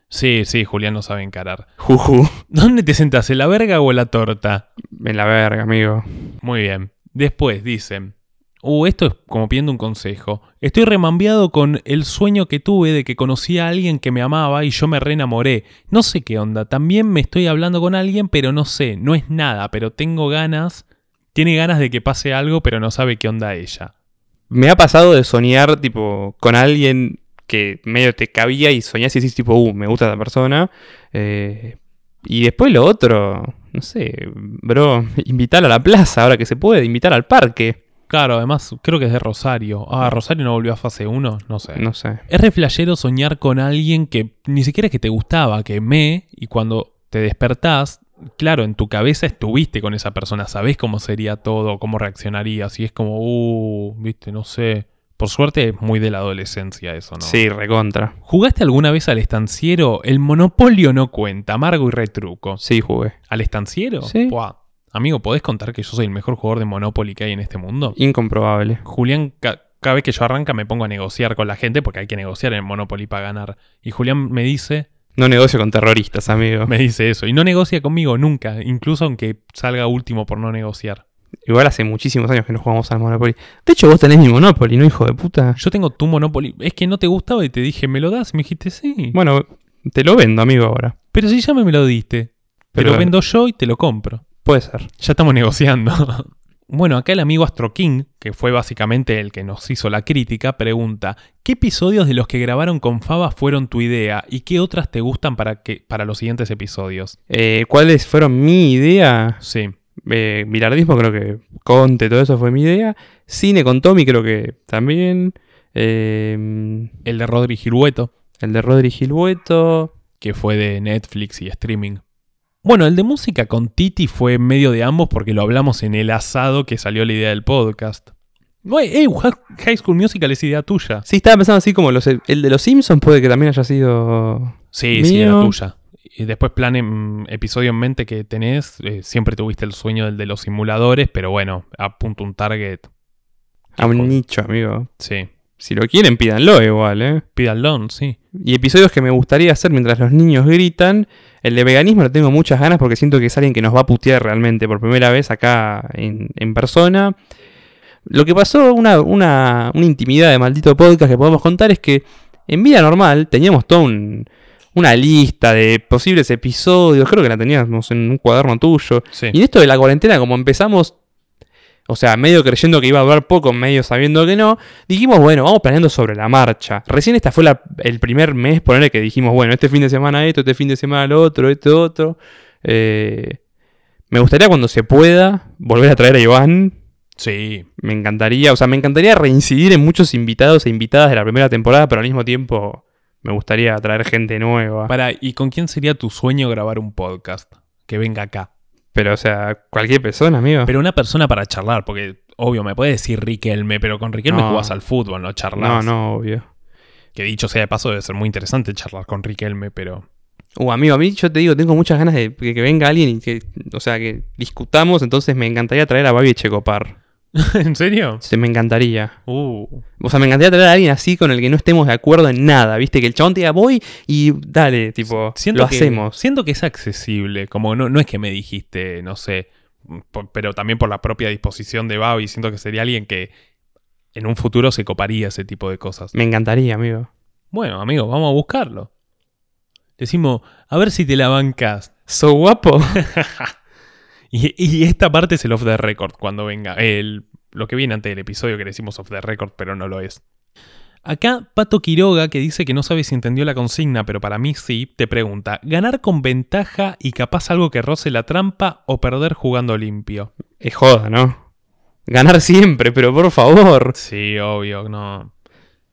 Speaker 2: Sí, sí, Julián no sabe encarar.
Speaker 3: Juju.
Speaker 2: ¿Dónde te sentás? ¿En la verga o en la torta?
Speaker 3: En la verga, amigo.
Speaker 2: Muy bien. Después dicen... Uh, esto es como pidiendo un consejo. Estoy remambiado con el sueño que tuve de que conocí a alguien que me amaba y yo me reenamoré. No sé qué onda. También me estoy hablando con alguien, pero no sé. No es nada, pero tengo ganas. Tiene ganas de que pase algo, pero no sabe qué onda ella.
Speaker 3: Me ha pasado de soñar, tipo, con alguien que medio te cabía y soñás y decís, tipo, uh, me gusta esta persona. Eh, y después lo otro, no sé, bro, *laughs* invitar a la plaza ahora que se puede, invitar al parque.
Speaker 2: Claro, además creo que es de Rosario. Ah, Rosario no volvió a fase 1, no sé.
Speaker 3: No sé.
Speaker 2: Es re flashero soñar con alguien que ni siquiera es que te gustaba, que me, y cuando te despertás, claro, en tu cabeza estuviste con esa persona, sabés cómo sería todo, cómo reaccionarías, y es como, uh, viste, no sé. Por suerte es muy de la adolescencia eso, ¿no?
Speaker 3: Sí, recontra.
Speaker 2: ¿Jugaste alguna vez al estanciero? El monopolio no cuenta, amargo y retruco.
Speaker 3: Sí, jugué.
Speaker 2: ¿Al estanciero?
Speaker 3: Sí.
Speaker 2: Buah. Amigo, ¿podés contar que yo soy el mejor jugador de Monopoly que hay en este mundo?
Speaker 3: Incomprobable.
Speaker 2: Julián, ca- cada vez que yo arranca me pongo a negociar con la gente porque hay que negociar en el Monopoly para ganar. Y Julián me dice,
Speaker 3: No negocio con terroristas, amigo.
Speaker 2: me dice eso. Y no negocia conmigo nunca, incluso aunque salga último por no negociar.
Speaker 3: Igual hace muchísimos años que no jugamos al Monopoly. De hecho, vos tenés mi Monopoly, ¿no, hijo de puta?
Speaker 2: Yo tengo tu Monopoly. Es que no te gustaba y te dije, ¿me lo das? Y me dijiste, sí.
Speaker 3: Bueno, te lo vendo, amigo, ahora.
Speaker 2: Pero si ya me lo diste. Te lo
Speaker 3: Pero-
Speaker 2: vendo yo y te lo compro.
Speaker 3: Puede ser.
Speaker 2: Ya estamos negociando. *laughs* Bueno, acá el amigo Astro King, que fue básicamente el que nos hizo la crítica, pregunta: ¿Qué episodios de los que grabaron con Faba fueron tu idea y qué otras te gustan para, que, para los siguientes episodios?
Speaker 3: Eh, ¿Cuáles fueron mi idea?
Speaker 2: Sí,
Speaker 3: Eh, bilardismo creo que Conte, todo eso fue mi idea. Cine con Tommy creo que también. Eh,
Speaker 2: el de Rodri Girueto,
Speaker 3: el de Rodri Gilbueto.
Speaker 2: que fue de Netflix y streaming. Bueno, el de música con Titi fue en medio de ambos porque lo hablamos en el asado que salió la idea del podcast. Güey, ey, High- High School Musical es idea tuya.
Speaker 3: Sí, estaba pensando así como los, el de los Simpsons puede que también haya sido...
Speaker 2: Sí, sí, era
Speaker 3: Mío.
Speaker 2: tuya. Y después, plan, en- episodio en mente que tenés, eh, siempre tuviste el sueño del de los simuladores, pero bueno, apunta un target.
Speaker 3: A
Speaker 2: Hijo
Speaker 3: un
Speaker 2: de-
Speaker 3: nicho, amigo.
Speaker 2: Sí.
Speaker 3: Si lo quieren, pídanlo igual, ¿eh?
Speaker 2: Pidalón, sí.
Speaker 3: Y episodios que me gustaría hacer mientras los niños gritan. El de veganismo lo tengo muchas ganas porque siento que es alguien que nos va a putear realmente por primera vez acá en, en persona. Lo que pasó, una, una, una intimidad de maldito podcast que podemos contar es que en vida normal teníamos toda un- una lista de posibles episodios. Creo que la teníamos en un cuaderno tuyo.
Speaker 2: Sí.
Speaker 3: Y en esto de la cuarentena, como empezamos, o sea, medio creyendo que iba a durar poco, medio sabiendo que no, dijimos, bueno, vamos planeando sobre la marcha. Recién esta fue la- el primer mes, ponerle que dijimos, bueno, este fin de semana esto, este fin de semana lo otro, este otro. Eh, me gustaría cuando se pueda volver a traer a Iván.
Speaker 2: Sí.
Speaker 3: Me encantaría, o sea, me encantaría reincidir en muchos invitados e invitadas de la primera temporada, pero al mismo tiempo me gustaría traer gente nueva.
Speaker 2: Para, ¿y con quién sería tu sueño grabar un podcast? Que venga acá.
Speaker 3: Pero, o sea, cualquier persona, amigo.
Speaker 2: Pero una persona para charlar, porque obvio, me puede decir Riquelme, pero con Riquelme
Speaker 3: No.
Speaker 2: jugás al fútbol, no
Speaker 3: no,
Speaker 2: charlas.
Speaker 3: no, obvio.
Speaker 2: Que dicho sea de paso, debe ser muy interesante charlar con Riquelme, pero. *laughs*
Speaker 3: Uh, amigo, a mí yo te digo, tengo muchas ganas de que, que venga alguien y que, o sea, que discutamos, entonces me encantaría traer a Babi Echecopar.
Speaker 2: ¿En serio?
Speaker 3: Se me encantaría.
Speaker 2: Uh.
Speaker 3: O sea, me encantaría traer a alguien así con el que no estemos de acuerdo en nada, ¿viste? Que el chabón te diga, voy y dale, tipo, lo
Speaker 2: que,
Speaker 3: hacemos.
Speaker 2: Siento que es accesible, como no, no es que me dijiste, no sé, por- pero también por la propia disposición de Babi, siento que sería alguien que en un futuro se coparía ese tipo de cosas.
Speaker 3: Me encantaría, amigo.
Speaker 2: Bueno, amigo, vamos a buscarlo. Decimos, a ver si te la bancas.
Speaker 3: So guapo.
Speaker 2: Y, y esta parte es el off the record cuando venga. El, lo que viene antes del episodio que le decimos off the record, pero no lo es. Acá Pato Quiroga, que dice que no sabe si entendió la consigna, pero para mí sí, te pregunta, ¿ganar con ventaja y capaz algo que roce la trampa o perder jugando limpio?
Speaker 3: Es joda, ¿no? Ganar siempre, pero por favor.
Speaker 2: Sí, obvio, no.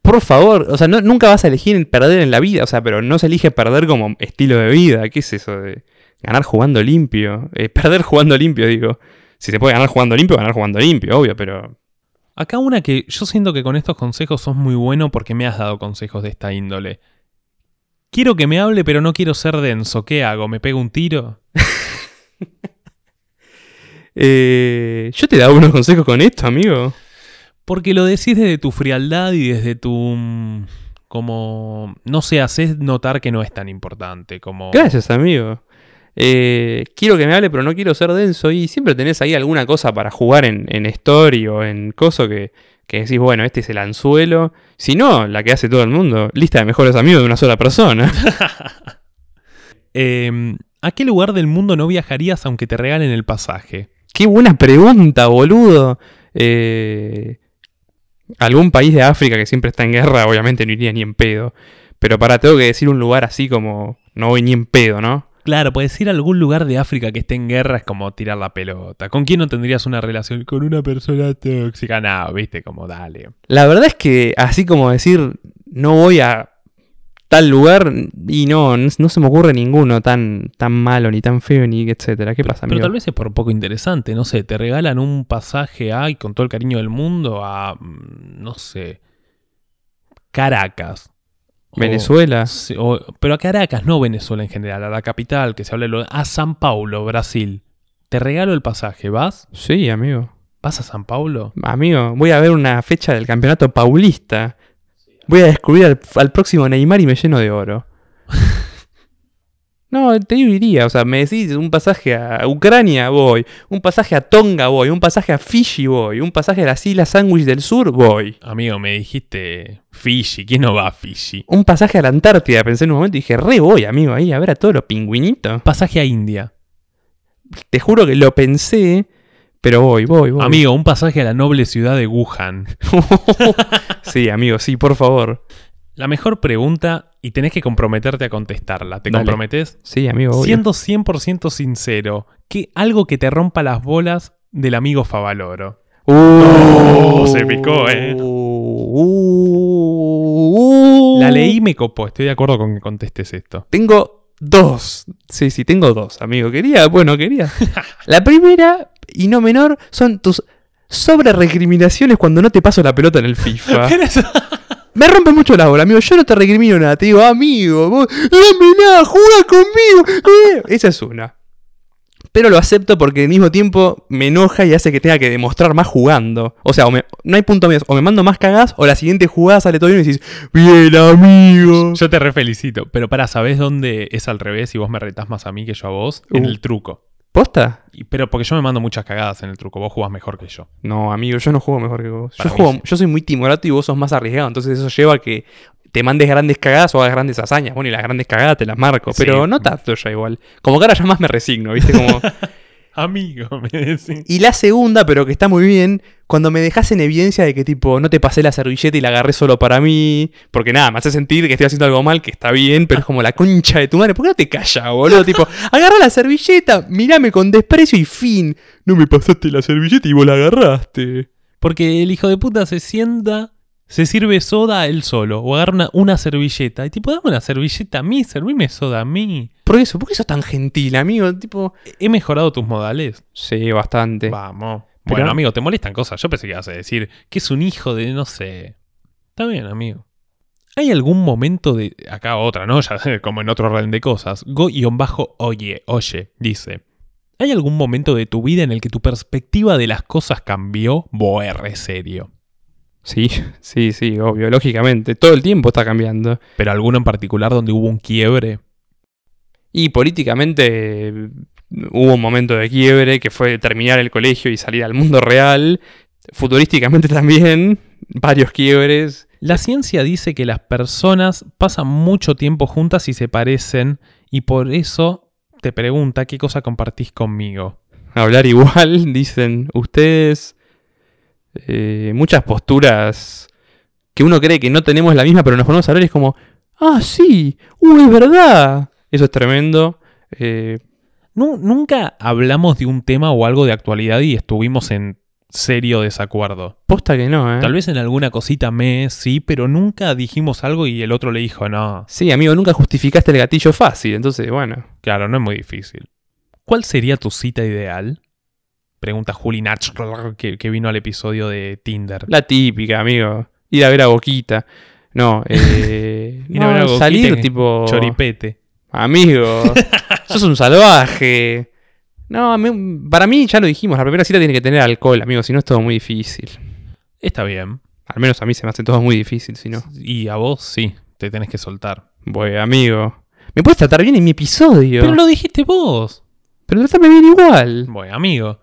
Speaker 3: Por favor. O sea, no- nunca vas a elegir el perder en la vida. O sea, pero no se elige perder como estilo de vida. ¿Qué es eso de ganar jugando limpio? Eh, perder jugando limpio, digo. Si se puede ganar jugando limpio, ganar jugando limpio, obvio, pero.
Speaker 2: Acá una que yo siento que con estos consejos sos muy bueno porque me has dado consejos de esta índole. Quiero que me hable, pero no quiero ser denso. ¿Qué hago? ¿Me pego un tiro?
Speaker 3: Eh, yo te daba unos consejos con esto, amigo.
Speaker 2: Porque lo decís desde tu frialdad y desde tu... mm, Como... No sé, haces notar que no es tan importante. Como...
Speaker 3: Gracias, amigo. Eh, quiero que me hable, pero no quiero ser denso. Y siempre tenés ahí alguna cosa para jugar en, en Story o en Coso que, que decís, bueno, este es el anzuelo. Si no, la que hace todo el mundo, lista de mejores amigos de una sola persona.
Speaker 2: Eh, ¿A qué lugar del mundo no viajarías aunque te regalen el pasaje?
Speaker 3: Qué buena pregunta, boludo. Eh, algún país de África que siempre está en guerra, obviamente no iría ni en pedo. Pero para, tengo que decir un lugar así como, no voy ni en pedo, ¿no?
Speaker 2: Claro, puedes ir a algún lugar de África que esté en guerra es como tirar la pelota. ¿Con quién no tendrías una relación? Con una persona tóxica. No, viste, como dale.
Speaker 3: La verdad es que así como decir no voy a tal lugar y no, no, no se me ocurre ninguno tan, tan malo, ni tan feo, ni etcétera. ¿Qué pasa,
Speaker 2: Pero
Speaker 3: amigo?
Speaker 2: tal vez es por poco interesante, no sé, te regalan un pasaje ay, con todo el cariño del mundo a, mm, no sé, Caracas. O-
Speaker 3: Venezuela.
Speaker 2: Sí, o- pero a Caracas, no Venezuela en general, a la capital, que se habla lo- a San Paulo, Brasil. Te regalo el pasaje, ¿vas?
Speaker 3: Sí, amigo.
Speaker 2: ¿Vas a San Paulo?
Speaker 3: Amigo, voy a ver una fecha del campeonato paulista. Voy a descubrir al, al próximo Neymar y me lleno de oro. No, te digo, iría. O sea, me decís un pasaje a Ucrania, voy. Un pasaje a Tonga, voy. Un pasaje a Fiji, voy. Un pasaje a las Islas Sandwich del Sur, voy.
Speaker 2: Amigo, me dijiste Fiji, ¿quién no va a Fiji?
Speaker 3: un pasaje a la Antártida, pensé en un momento y dije, re voy, amigo, ahí a ver a todos los pingüinitos.
Speaker 2: Pasaje a India.
Speaker 3: Te juro que lo pensé, pero voy, voy, voy.
Speaker 2: Amigo, un pasaje a la noble ciudad de Wuhan.
Speaker 3: sí, amigo, sí, por favor.
Speaker 2: La mejor pregunta, y tenés que comprometerte a contestarla. ¿Te
Speaker 3: Dale.
Speaker 2: comprometes?
Speaker 3: Sí, amigo, obvio.
Speaker 2: Siendo 100% sincero, que algo que te rompa las bolas del amigo Favaloro.
Speaker 3: Uh,
Speaker 2: No, se picó, eh.
Speaker 3: Uh, uh,
Speaker 2: La leí y me copó. Estoy de acuerdo con que contestes esto.
Speaker 3: Tengo dos. Sí, sí, tengo dos, amigo. Quería, bueno, *laughs* quería. La primera, y no menor, son tus sobre recriminaciones cuando no te paso la pelota en el *laughs* FIFA. Me rompe mucho la bola, amigo. Yo no te recrimino nada. Te digo, amigo, vos, dame nada, juega conmigo. eh. Esa es una. Pero lo acepto porque al mismo tiempo me enoja y hace que tenga que demostrar más jugando. O sea, o me- no hay punto medio. O me mando más cagadas o la siguiente jugada sale todo bien y decís, bien, amigo.
Speaker 2: Yo te refelicito. Pero para, ¿sabés dónde es al revés y vos me retás más a mí que yo a vos? En
Speaker 3: Uh.
Speaker 2: el truco.
Speaker 3: ¿Posta?
Speaker 2: Y- Pero porque yo me mando muchas cagadas en el truco. Vos jugás mejor que yo.
Speaker 3: No, amigo, yo no juego mejor que vos. Yo,
Speaker 2: Para mí
Speaker 3: juego,
Speaker 2: sí.
Speaker 3: yo soy muy timorato y vos sos más arriesgado. Entonces eso lleva a que te mandes grandes cagadas o hagas grandes hazañas. Bueno, y las grandes cagadas te las marco. Pero
Speaker 2: Sí.
Speaker 3: no tanto ya igual. Como que ahora ya más me resigno, ¿viste?
Speaker 2: *laughs*
Speaker 3: Como...
Speaker 2: Amigo, *laughs* me decís.
Speaker 3: Y la segunda, pero que está muy bien, cuando me dejas en evidencia de que tipo, no te pasé la servilleta y la agarré solo para mí, porque nada, me hace sentir que estoy haciendo algo mal, que está bien, pero es como la concha de tu madre, ¿por qué no te callas, boludo? Tipo, agarra la servilleta, mirame con desprecio y fin. No me pasaste la servilleta y vos la agarraste.
Speaker 2: Porque el hijo de puta se sienta, se sirve soda a él solo, o agarra una, una servilleta. Y tipo, dame una servilleta a mí, servime soda a mí.
Speaker 3: Por eso, ¿por qué sos tan gentil, amigo? Tipo,
Speaker 2: ¿He mejorado tus modales?
Speaker 3: sí, bastante.
Speaker 2: Vamos.
Speaker 3: Pero-
Speaker 2: Bueno, amigo, te molestan cosas. Yo pensé que ibas a decir que es un hijo de, no sé. Está bien, amigo. ¿Hay algún momento de... Acá otra, ¿no? *laughs* Ya sé, como en otro orden de cosas. Go-oye, oye, dice. ¿Hay algún momento de tu vida en el que tu perspectiva de las cosas cambió? Boer, serio.
Speaker 3: Sí, *laughs* sí, sí, obvio, lógicamente, todo el tiempo está cambiando.
Speaker 2: ¿Pero alguno en particular donde hubo un quiebre?
Speaker 3: Y políticamente eh, hubo un momento de quiebre que fue terminar el colegio y salir al mundo real. Futurísticamente *laughs* también, varios quiebres.
Speaker 2: La ciencia dice que las personas pasan mucho tiempo juntas y se parecen y por eso te pregunta qué cosa compartís conmigo.
Speaker 3: Hablar *laughs* igual, dicen ustedes. Eh, muchas posturas que uno cree que no tenemos la misma, pero nos ponemos a hablar y es como, ah, sí, uy, es verdad. Eso es tremendo. Eh,
Speaker 2: Nu- nunca hablamos de un tema o algo de actualidad y estuvimos en serio desacuerdo.
Speaker 3: posta que no, ¿eh?
Speaker 2: Tal vez en alguna cosita me, sí, pero nunca dijimos algo y el otro le dijo, no,
Speaker 3: Sí, amigo, nunca justificaste el gatillo fácil, entonces, bueno.
Speaker 2: claro, no es muy difícil. ¿Cuál sería tu cita ideal? Pregunta Juli Nach, que, que vino al episodio de Tinder.
Speaker 3: La típica, amigo. Ir a ver a Boquita.
Speaker 2: *laughs*
Speaker 3: No, eh,
Speaker 2: Ir a ver a
Speaker 3: no,
Speaker 2: Boquita
Speaker 3: salir
Speaker 2: en
Speaker 3: tipo...
Speaker 2: Oh. Choripete. *laughs*
Speaker 3: Amigo, sos un salvaje. No, me- para mí ya lo dijimos, la primera cita tiene que tener alcohol, amigo, si no es todo muy difícil.
Speaker 2: Está bien.
Speaker 3: Al menos a mí se me hace todo muy difícil, si no.
Speaker 2: Y a vos sí, te tenés que soltar.
Speaker 3: Bueno, amigo. Me puedes tratar bien en mi episodio.
Speaker 2: Pero lo dijiste vos.
Speaker 3: pero trátame bien igual.
Speaker 2: Bueno, amigo.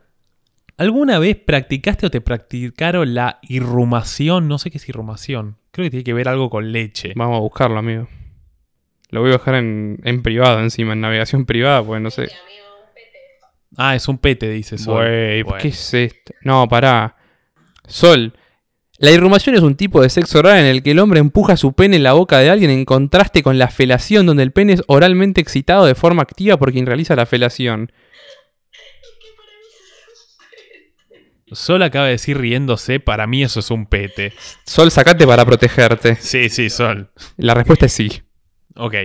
Speaker 2: ¿Alguna vez practicaste o te practicaron la irrumación? No sé qué es irrumación. Creo que tiene que ver algo con leche.
Speaker 3: Vamos a buscarlo, amigo. Lo voy a bajar en, en privado encima, en navegación privada, porque no sé.
Speaker 2: Ah, es un pete, dice Sol.
Speaker 3: Güey,
Speaker 2: Bueno.
Speaker 3: ¿qué es esto? No, pará. Sol. La irrumación es un tipo de sexo oral en el que el hombre empuja su pene en la boca de alguien en contraste con la felación, donde el pene es oralmente excitado de forma activa por quien realiza la felación.
Speaker 2: Sol acaba de decir riéndose, para mí eso es un pete.
Speaker 3: Sol, sacate para protegerte.
Speaker 2: Sí, sí, Sol.
Speaker 3: La respuesta es sí.
Speaker 2: Ok.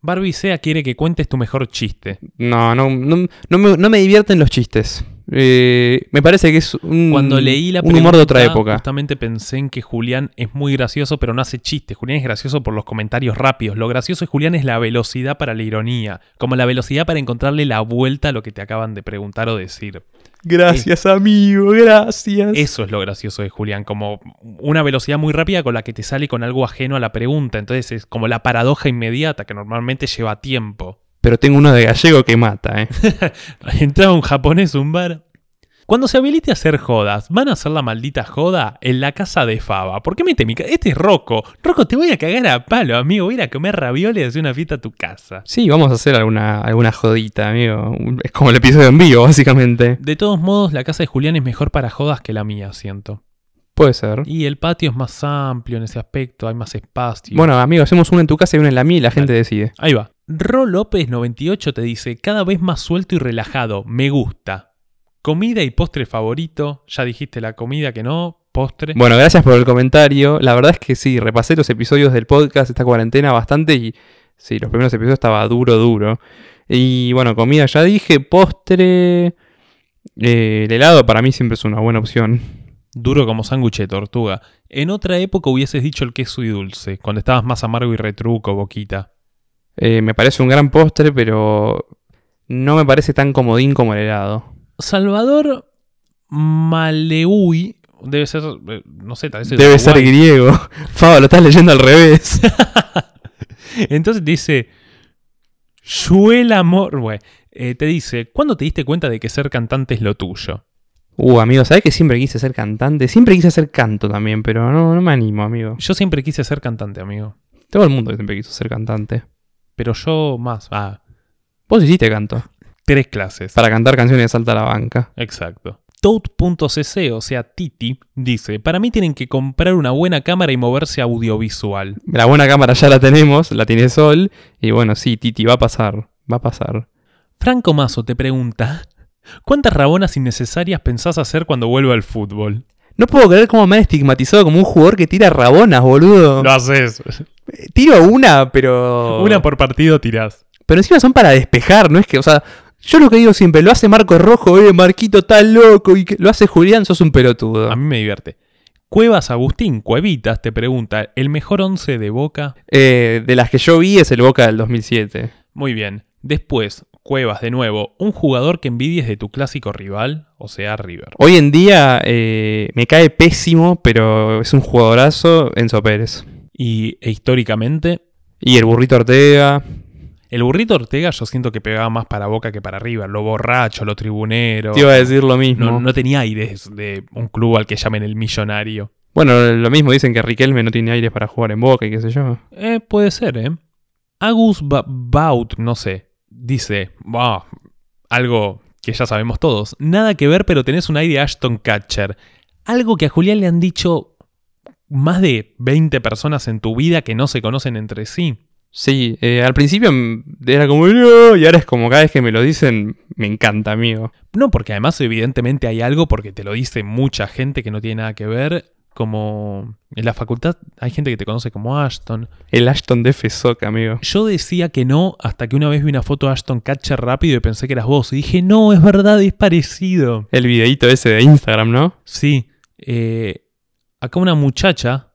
Speaker 2: Barbie Sea quiere que cuentes tu mejor chiste.
Speaker 3: No, no, no, no me, no me divierten los chistes. Eh, me parece que es un,
Speaker 2: Cuando leí la
Speaker 3: un humor de otra
Speaker 2: pregunta,
Speaker 3: época.
Speaker 2: Justamente pensé en que Julián es muy gracioso, pero no hace chistes. Julián es gracioso por los comentarios rápidos. Lo gracioso de Julián es la velocidad para la ironía, como la velocidad para encontrarle la vuelta a lo que te acaban de preguntar o decir.
Speaker 3: Gracias, amigo, gracias.
Speaker 2: Eso es lo gracioso de Julián, como una velocidad muy rápida con la que te sale con algo ajeno a la pregunta. Entonces es como la paradoja inmediata que normalmente lleva tiempo.
Speaker 3: Pero tengo uno de gallego que mata, eh.
Speaker 2: *laughs* Entraba un japonés a un bar. Cuando se habilite a hacer jodas, van a hacer la maldita joda en la casa de Faba. ¿Por qué mete mi casa? Este es Rocco. Rocco, te voy a cagar a palo, amigo. Voy a ir a comer ravioles y hacer una fiesta a tu casa.
Speaker 3: Sí, vamos a hacer alguna, alguna jodita, amigo. Un- Es como el episodio en vivo, básicamente.
Speaker 2: De todos modos, la casa de Julián es mejor para jodas que la mía, siento.
Speaker 3: Puede ser.
Speaker 2: Y el patio es más amplio en ese aspecto, hay más espacio.
Speaker 3: Bueno, amigo, hacemos una en tu casa y una en la mía y la gente decide.
Speaker 2: Ahí va. Ro López 98 te dice, cada vez más suelto y relajado, me gusta. Comida y postre favorito, ya dijiste la comida que no, postre.
Speaker 3: Bueno, gracias por el comentario. La verdad es que sí, repasé los episodios del podcast esta cuarentena bastante y sí, los primeros episodios estaba duro, duro. Y bueno, comida ya dije, postre... eh, el helado para mí siempre es una buena opción.
Speaker 2: Duro como sándwich de tortuga. En otra época hubieses dicho el queso y dulce, cuando estabas más amargo y retruco, boquita.
Speaker 3: Eh, me parece un gran postre, pero no me parece tan comodín como el helado.
Speaker 2: Salvador Maleui debe ser, eh, no sé, tal vez es de
Speaker 3: Debe ser
Speaker 2: Uruguay.
Speaker 3: griego. *laughs* Faba, lo estás leyendo al revés.
Speaker 2: Entonces dice, Yuel amor, güey, eh, te dice, ¿cuándo te diste cuenta de que ser cantante es lo tuyo?
Speaker 3: Uh, amigo, ¿sabés que siempre quise ser cantante? Siempre quise hacer canto también, pero no, no me animo, amigo.
Speaker 2: Yo siempre quise ser cantante, amigo.
Speaker 3: Todo el mundo siempre quiso ser cantante.
Speaker 2: Pero yo más. Ah,
Speaker 3: Vos hiciste canto.
Speaker 2: tres clases.
Speaker 3: Para cantar canciones de Salta a la Banca.
Speaker 2: Exacto. Toad.cc, o sea, Titi, dice, para mí tienen que comprar una buena cámara y moverse a audiovisual.
Speaker 3: La buena cámara ya la tenemos, la tiene Sol. Y bueno, sí, Titi, va a pasar. Va a pasar.
Speaker 2: Franco Mazo te pregunta, ¿cuántas rabonas innecesarias pensás hacer cuando vuelva al fútbol?
Speaker 3: No puedo creer cómo me han estigmatizado como un jugador que tira rabonas, boludo.
Speaker 2: Lo haces.
Speaker 3: Eh, Tiro una, pero.
Speaker 2: Una por partido tirás.
Speaker 3: Pero encima son para despejar, ¿no? Es que, o sea, yo lo que digo siempre, lo hace Marco Rojo, eh, Marquito tan loco, y que- lo hace Julián, sos un pelotudo.
Speaker 2: A mí me divierte. Cuevas Agustín, Cuevitas, te pregunta, ¿el mejor once de Boca?
Speaker 3: Eh, de las que yo vi es el Boca del 2007.
Speaker 2: Muy bien. Después, Cuevas de nuevo, un jugador que envidies de tu clásico rival, o sea, River.
Speaker 3: Hoy en día eh, me cae pésimo, pero es un jugadorazo Enzo Pérez.
Speaker 2: Y e, históricamente,
Speaker 3: Y el burrito Ortega.
Speaker 2: el burrito Ortega yo siento que pegaba más para Boca que para River. Lo borracho, lo tribunero.
Speaker 3: Te iba a decir lo mismo.
Speaker 2: no, no tenía aires de un club al que llamen el millonario.
Speaker 3: Bueno, lo mismo dicen que Riquelme no tiene aires para jugar en Boca y qué sé yo.
Speaker 2: Eh, puede ser, ¿eh? Agus Ba- Baut, no sé, dice, bah, algo que ya sabemos todos. Nada que ver, pero tenés un aire Ashton Catcher. Algo que a Julián le han dicho más de 20 personas en tu vida que no se conocen entre sí.
Speaker 3: Sí, eh, al principio mm, era como, "No", y ahora es como cada vez que me lo dicen, me encanta, amigo.
Speaker 2: No, porque además evidentemente hay algo porque te lo dice mucha gente que no tiene nada que ver. Como en la facultad hay gente que te conoce como Ashton.
Speaker 3: El Ashton de FSOC, amigo.
Speaker 2: Yo decía que no hasta que una vez vi una foto de Ashton Catcher rápido y pensé que eras vos. Y dije, no, es verdad, es parecido.
Speaker 3: El videíto ese de Instagram, ¿no?
Speaker 2: Sí. eh, acá una muchacha,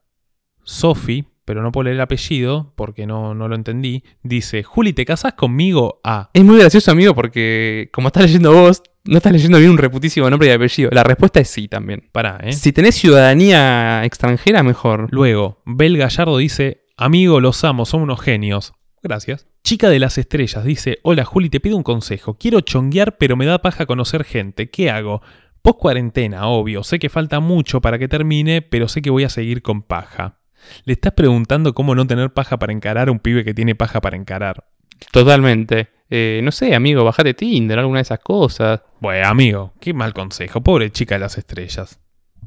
Speaker 2: Sophie, pero no puedo leer el apellido porque no, no lo entendí, dice, Juli, ¿te casás conmigo? Ah,
Speaker 3: Es muy gracioso, amigo, porque como estás leyendo vos, no estás leyendo bien un reputísimo nombre y apellido. La respuesta es sí también.
Speaker 2: pará, ¿eh?
Speaker 3: Si tenés ciudadanía extranjera, mejor.
Speaker 2: Luego, Bel Gallardo dice, amigo, los amo, son unos genios. Gracias. Chica de las Estrellas dice, hola Juli, te pido un consejo. Quiero chonguear, pero me da paja conocer gente. ¿Qué hago? Post cuarentena, obvio. Sé que falta mucho para que termine, pero sé que voy a seguir con paja. Le estás preguntando cómo no tener paja para encarar a un pibe que tiene paja para encarar.
Speaker 3: Totalmente. Eh, no sé, amigo, bajate Tinder, alguna de esas cosas.
Speaker 2: Bueno, amigo, qué mal consejo. Pobre chica de las estrellas.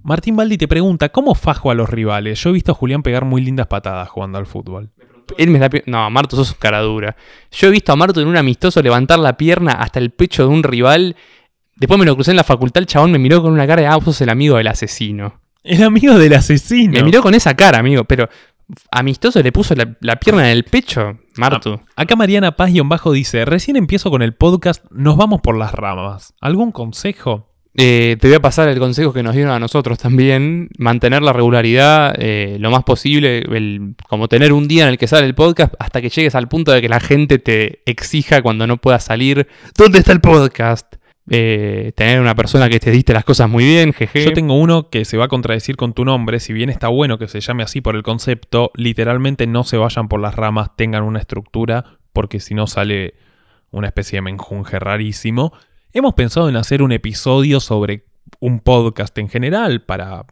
Speaker 2: Martín Baldi te pregunta, ¿cómo fajo a los rivales? Yo he visto a Julián pegar muy lindas patadas jugando al fútbol.
Speaker 3: Él me está pi- No, Marto, sos un cara dura. Yo he visto a Marto en un amistoso levantar la pierna hasta el pecho de un rival. Después me lo crucé en la facultad, el chabón me miró con una cara de, ah, vos sos el amigo del asesino.
Speaker 2: El amigo del asesino.
Speaker 3: Me miró con esa cara, amigo, pero amistoso le puso la, la pierna en el pecho, Marto.
Speaker 2: Acá Mariana Paz-Bajo dice, recién empiezo con el podcast, nos vamos por las ramas. ¿Algún consejo?
Speaker 3: Eh, te voy a pasar el consejo que nos dieron a nosotros también, mantener la regularidad eh, lo más posible, el- como tener un día en el que sale el podcast hasta que llegues al punto de que la gente te exija cuando no puedas salir, ¿dónde está el podcast? Eh, tener una persona que te diste las cosas muy bien, jeje.
Speaker 2: Yo tengo uno que se va a contradecir con tu nombre, si bien está bueno que se llame así por el concepto, literalmente no se vayan por las ramas, tengan una estructura, porque si no sale una especie de menjunje rarísimo. Hemos pensado en hacer un episodio sobre un podcast en general, para...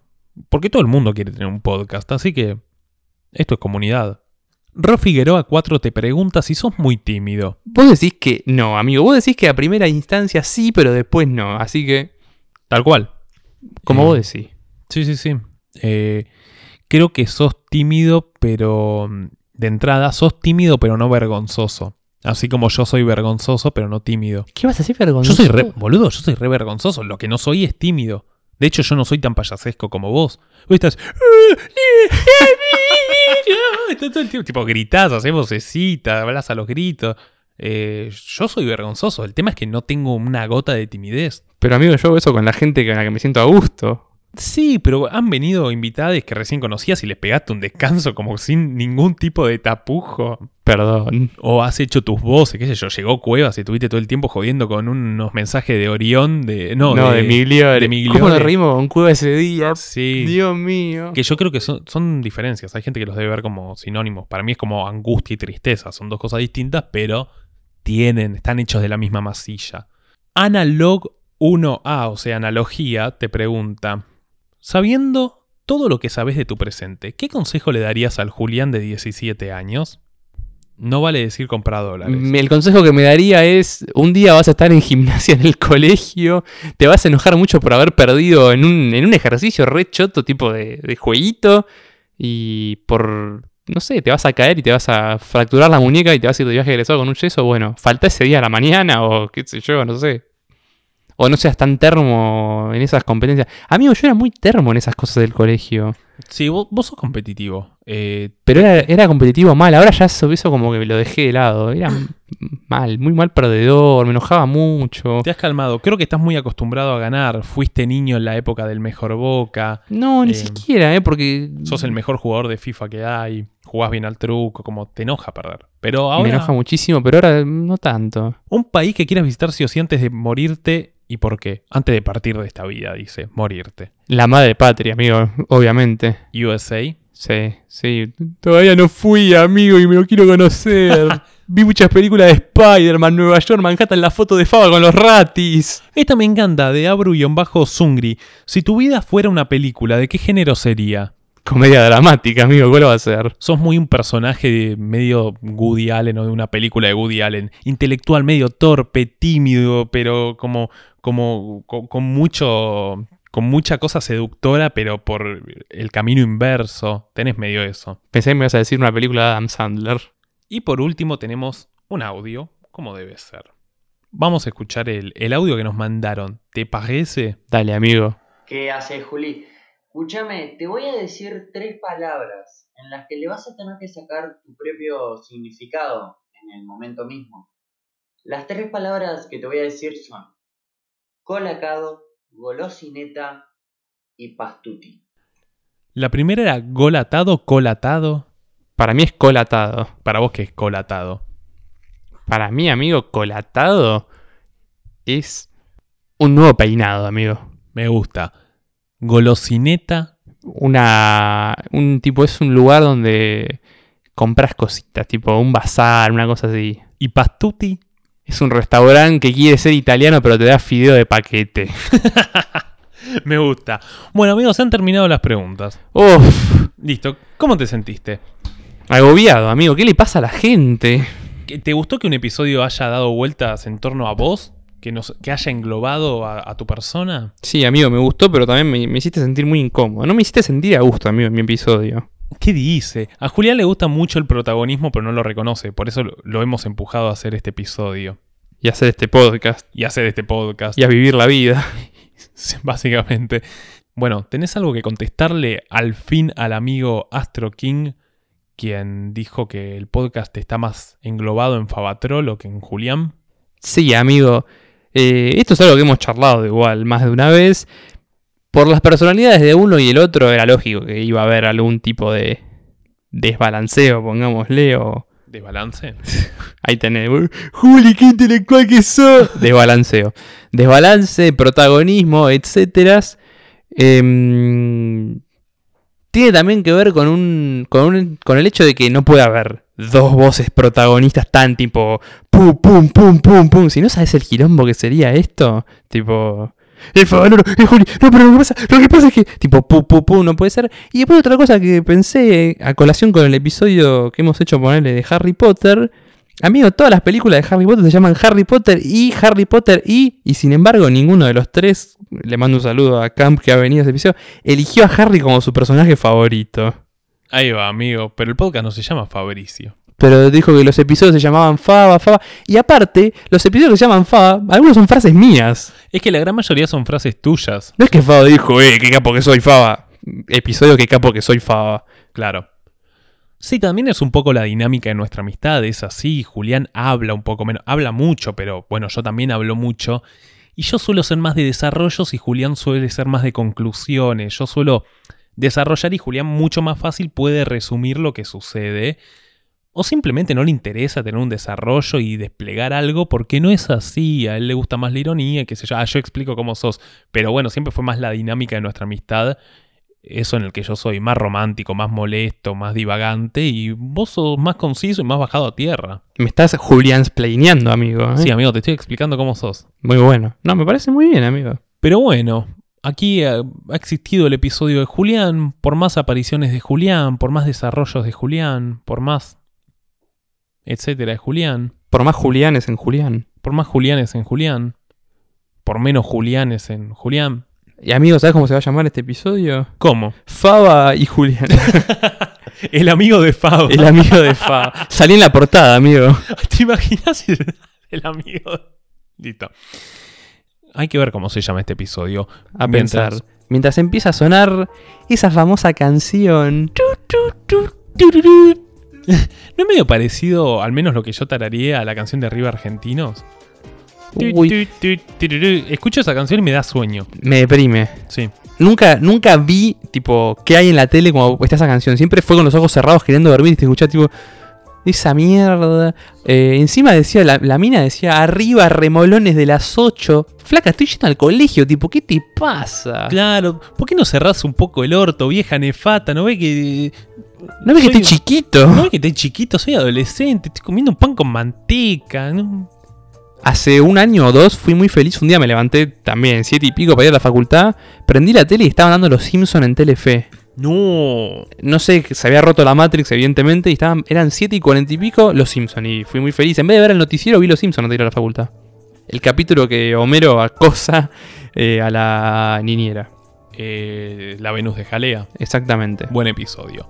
Speaker 2: porque todo el mundo quiere tener un podcast, así que esto es comunidad. Ro Figueroa 4 te pregunta si sos muy tímido.
Speaker 3: Vos decís que no, amigo, vos decís que a primera instancia sí, pero después no, así que,
Speaker 2: Tal cual.
Speaker 3: como
Speaker 2: Eh,
Speaker 3: vos decís.
Speaker 2: Sí, sí, sí. Eh, creo que sos tímido, pero mm, de entrada sos tímido, pero no vergonzoso. Así como yo soy vergonzoso, pero no tímido.
Speaker 3: ¿Qué vas a hacer vergonzoso?
Speaker 2: Yo soy re, boludo, yo soy re vergonzoso. Lo que no soy es tímido. De hecho, yo no soy tan payasesco como vos. Vos estás. "Eh, *laughs* Estás todo el tiempo, tipo, gritás, haces vocecita, hablas a los gritos. Eh, yo soy vergonzoso. El tema es que no tengo una gota de timidez.
Speaker 3: Pero amigo, yo hago eso con la gente con la que me siento a gusto.
Speaker 2: Sí, pero han venido invitades que recién conocías y les pegaste un descanso como sin ningún tipo de tapujo.
Speaker 3: Perdón.
Speaker 2: O has hecho tus voces, qué sé yo, llegó Cuevas y estuviste todo el tiempo jodiendo con unos mensajes de Orión, de... No,
Speaker 3: No, de, Migliore.
Speaker 2: de Migliore.
Speaker 3: ¿Cómo nos reímos con Cuba ese día?
Speaker 2: Sí.
Speaker 3: Dios mío.
Speaker 2: Que yo creo que son, son diferencias. Hay gente que los debe ver como sinónimos. Para mí es como angustia y tristeza. Son dos cosas distintas, pero tienen, están hechos de la misma masilla. Analog 1A, o sea, analogía, te pregunta: Sabiendo todo lo que sabes de tu presente, ¿qué consejo le darías al Julián de 17 años? No vale decir comprar dólares.
Speaker 3: Me- El consejo que me daría es, un día vas a estar en gimnasia en el *laughs* colegio, te vas a enojar mucho por haber perdido en un, en un ejercicio re choto tipo de, de jueguito y por, no sé, te vas a caer y te vas a fracturar la muñeca y te vas a ir de viaje egresado con un yeso. Bueno, falta ese día a la mañana o qué sé yo, no sé. O no seas tan termo en esas competencias. Amigo, yo era muy termo en esas cosas del colegio.
Speaker 2: Sí, vos, vos sos competitivo. Eh,
Speaker 3: Pero era, era competitivo mal, ahora ya eso, eso como que lo dejé de lado. Era
Speaker 2: Ah.
Speaker 3: m- mal, muy mal perdedor, me enojaba mucho.
Speaker 2: te has calmado. Creo que estás muy acostumbrado a ganar. Fuiste niño en la época del mejor boca.
Speaker 3: No, ni
Speaker 2: Eh,
Speaker 3: siquiera, ¿eh? Porque
Speaker 2: sos el mejor jugador de FIFA que hay, jugás bien al truco, como te enoja perder. Pero
Speaker 3: me
Speaker 2: ahora,
Speaker 3: enoja muchísimo, pero ahora no tanto.
Speaker 2: un país que quieras visitar sí o sí antes de morirte, ¿y por qué? Antes de partir de esta vida, dice, morirte.
Speaker 3: La madre patria, amigo, obviamente.
Speaker 2: USA,
Speaker 3: Sí, sí. Todavía no fui, amigo, y me lo
Speaker 2: *laughs*
Speaker 3: quiero conocer. Vi muchas películas de Spider-Man, Nueva York, Manhattan, la foto de Faba con los ratis.
Speaker 2: Esta me encanta, de Abru-Zungri. Si tu vida fuera una película, ¿de qué género sería?
Speaker 3: Comedia dramática, amigo, ¿cuál va a ser?
Speaker 2: Sos muy un personaje de medio Woody Allen o de una película de Woody Allen. Intelectual, medio torpe, tímido, pero como, como co- con, mucho con mucha cosa seductora, pero por el camino inverso. Tenés medio eso.
Speaker 3: Pensé que me ibas a decir una película de Adam Sandler.
Speaker 2: Y por último tenemos un audio, como debe ser. Vamos a escuchar el, el audio que nos mandaron. ¿Te parece?
Speaker 3: Dale, amigo.
Speaker 5: ¿Qué hace Juli? Escúchame, te voy a decir tres palabras en las que le vas a tener que sacar tu propio significado en el momento mismo. Las tres palabras que te voy a decir son colacado, golosineta y pastuti.
Speaker 2: La primera era golatado, colatado.
Speaker 3: Para mí es colatado.
Speaker 2: Para vos, ¿qué es colatado?
Speaker 3: Para mí, amigo, colatado es un nuevo peinado, amigo.
Speaker 2: Me gusta. Golosineta.
Speaker 3: Una. Un tipo, es un lugar donde compras cositas, tipo un bazar, una cosa así.
Speaker 2: ¿Y pastuti?
Speaker 3: Es un restaurante que quiere ser italiano, pero te da fideo de paquete.
Speaker 2: Me gusta. Bueno, amigos, se han terminado las preguntas.
Speaker 3: Uf,
Speaker 2: Listo. ¿Cómo te sentiste?
Speaker 3: agobiado, amigo. ¿Qué le pasa a la gente?
Speaker 2: ¿Que- ¿Te gustó que un episodio haya dado vueltas en torno a vos? ¿Que, nos, que haya englobado a, a tu persona?
Speaker 3: Sí, amigo, me gustó, pero también me, me hiciste sentir muy incómodo. No me hiciste sentir a gusto, amigo, en mi episodio.
Speaker 2: ¿Qué dice? A Julián le gusta mucho el protagonismo, pero no lo reconoce. Por eso lo, lo hemos empujado a hacer este episodio.
Speaker 3: Y hacer este podcast.
Speaker 2: Y hacer este podcast.
Speaker 3: Y a vivir la vida.
Speaker 2: *laughs* Básicamente. Bueno, ¿tenés algo que contestarle al fin al amigo Astro King, quien dijo que el podcast está más englobado en Fabatrol o que en Julián?
Speaker 3: Sí, amigo. Eh, esto es algo que hemos charlado de igual más de una vez. Por las personalidades de uno y el otro era lógico que iba a haber algún tipo de desbalanceo, pongámosle, o
Speaker 2: ¿Desbalance? *laughs*
Speaker 3: ahí tenés, "Uh, Juli, qué intelectual que sos. Desbalanceo. Desbalance, protagonismo, etcétera. Em, tiene también que ver con un, con un- con el hecho de que no puede haber dos voces protagonistas tan tipo pum pum pum pum pum. Si no sabes el quilombo que sería esto, tipo el Favaloro, el Juli, no, pero lo que pasa, lo que pasa es que tipo pum pum pum no puede ser. Y después otra cosa que pensé a colación con el episodio que hemos hecho ponerle de Harry Potter. Amigo, todas las películas de Harry Potter se llaman Harry Potter y Harry Potter y, y sin embargo, ninguno de los tres, le mando un saludo a Camp que ha venido a ese episodio, eligió a Harry como su personaje favorito.
Speaker 2: Ahí va, amigo. Pero el podcast no se llama Fabricio.
Speaker 3: Pero dijo que los episodios se llamaban Faba, Faba. Y aparte, los episodios que se llaman Faba, algunos son frases mías.
Speaker 2: Es que la gran mayoría son frases tuyas.
Speaker 3: No es que Faba dijo, eh, qué capo que soy Faba. Episodio, qué capo que soy Faba.
Speaker 2: Claro. Sí, también es un poco la dinámica de nuestra amistad, es así, Julián habla un poco menos, habla mucho, pero bueno, yo también hablo mucho, y yo suelo ser más de desarrollos y Julián suele ser más de conclusiones, yo suelo desarrollar y Julián mucho más fácil puede resumir lo que sucede, o simplemente no le interesa tener un desarrollo y desplegar algo porque no es así, a él le gusta más la ironía, qué sé yo, ah, yo explico cómo sos, pero bueno, siempre fue más la dinámica de nuestra amistad eso en el que yo soy más romántico, más molesto, más divagante y vos sos más conciso y más bajado a tierra.
Speaker 3: Me estás Juliansplaineando, amigo. ¿eh?
Speaker 2: Sí, amigo, te estoy explicando cómo sos.
Speaker 3: Muy bueno. No, me parece muy bien, amigo.
Speaker 2: Pero bueno, aquí ha, ha existido el episodio de Julián, por más apariciones de Julián, por más desarrollos de Julián, por más etcétera de Julián,
Speaker 3: Por más Julianes en Julián.
Speaker 2: por más Julianes en Julián, por menos Julianes en Julián.
Speaker 3: Y amigo, ¿sabes cómo se va a llamar este episodio?
Speaker 2: ¿Cómo?
Speaker 3: Faba y *laughs* Julián.
Speaker 2: El amigo de Fabo. *laughs*
Speaker 3: El amigo de Faba. Salí en la portada, amigo.
Speaker 2: ¿Te imaginas el, el amigo? Listo. Hay que ver cómo se llama este episodio.
Speaker 3: A
Speaker 2: Mientras-
Speaker 3: pensar. Mientras empieza a sonar esa famosa canción.
Speaker 2: ¿No es medio parecido, al menos lo que yo tararía, a la canción de Arriba Argentinos?
Speaker 3: Uy,
Speaker 2: Tu, tu, tu, tu, tu. Escucho esa canción y me da sueño.
Speaker 3: me deprime.
Speaker 2: Sí.
Speaker 3: Nunca, nunca vi, tipo, qué hay en la tele cuando está esa canción. Siempre fue con los ojos cerrados queriendo dormir y te escuchaba, tipo, esa mierda. Eh, encima decía, la, la mina decía, arriba remolones de las 8. Flaca, estoy yendo al colegio, tipo, ¿qué te pasa?
Speaker 2: Claro. ¿Por qué no cerrás un poco el orto, vieja nefata? ¿No ves que,
Speaker 3: ¿No ves que
Speaker 2: soy-
Speaker 3: estoy chiquito?
Speaker 2: no ves que estoy chiquito? Soy adolescente. Estoy comiendo un pan con manteca. ¿no?
Speaker 3: Hace un año o dos fui muy feliz. Un día me levanté también, siete y pico, para ir a la facultad. Prendí la tele y estaban dando los Simpson en Telefe.
Speaker 2: No.
Speaker 3: No sé, se había roto la Matrix, evidentemente, y estaban, eran siete y cuarenta y pico los Simpson. Y fui muy feliz. En vez de ver el noticiero, vi los Simpson antes de ir a la facultad. El capítulo que Homero acosa eh, a la niñera.
Speaker 2: eh, La Venus de Jalea.
Speaker 3: Exactamente.
Speaker 2: Buen episodio.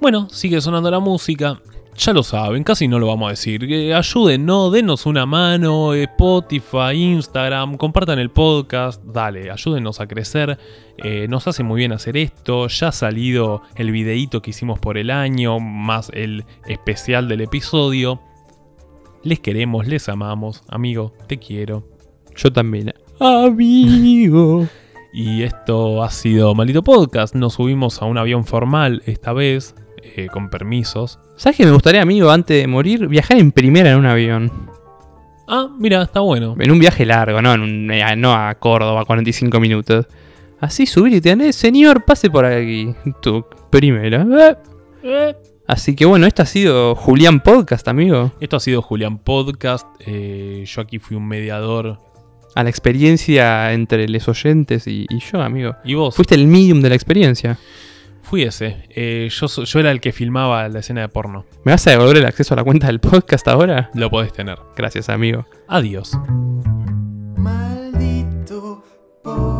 Speaker 2: Bueno, sigue sonando la música. Ya lo saben, casi no lo vamos a decir. Eh, ayúdennos, denos una mano, eh, Spotify, Instagram, compartan el podcast, dale, ayúdennos a crecer. Eh, nos hace muy bien hacer esto. Ya ha salido el videíto que hicimos por el año, más el especial del episodio. Les queremos, les amamos. Amigo, te quiero.
Speaker 3: Yo también. eh. Amigo.
Speaker 2: Y esto ha sido Maldito Podcast. Nos subimos a un avión formal esta vez, eh, con permisos.
Speaker 3: ¿Sabes que me gustaría, amigo, antes de morir, viajar en primera en un avión?
Speaker 2: Ah, mira, está bueno.
Speaker 3: En un viaje largo, no, en un- eh, no a Córdoba, 45 minutos. Así subir y tener, señor, pase por aquí. Tú, primera. Eh. Así que bueno, esto ha sido Julián Podcast, amigo.
Speaker 2: Esto ha sido Julián Podcast. Eh, yo aquí fui un mediador.
Speaker 3: A la experiencia entre los oyentes y, y yo, amigo.
Speaker 2: ¿Y vos?
Speaker 3: Fuiste el medium de la experiencia.
Speaker 2: Fui ese. Eh, yo, so- yo era el que filmaba la escena de porno.
Speaker 3: ¿Me vas a devolver el acceso a la cuenta del podcast ahora?
Speaker 2: Lo podés tener.
Speaker 3: Gracias, amigo.
Speaker 2: Adiós.
Speaker 6: Maldito podcast.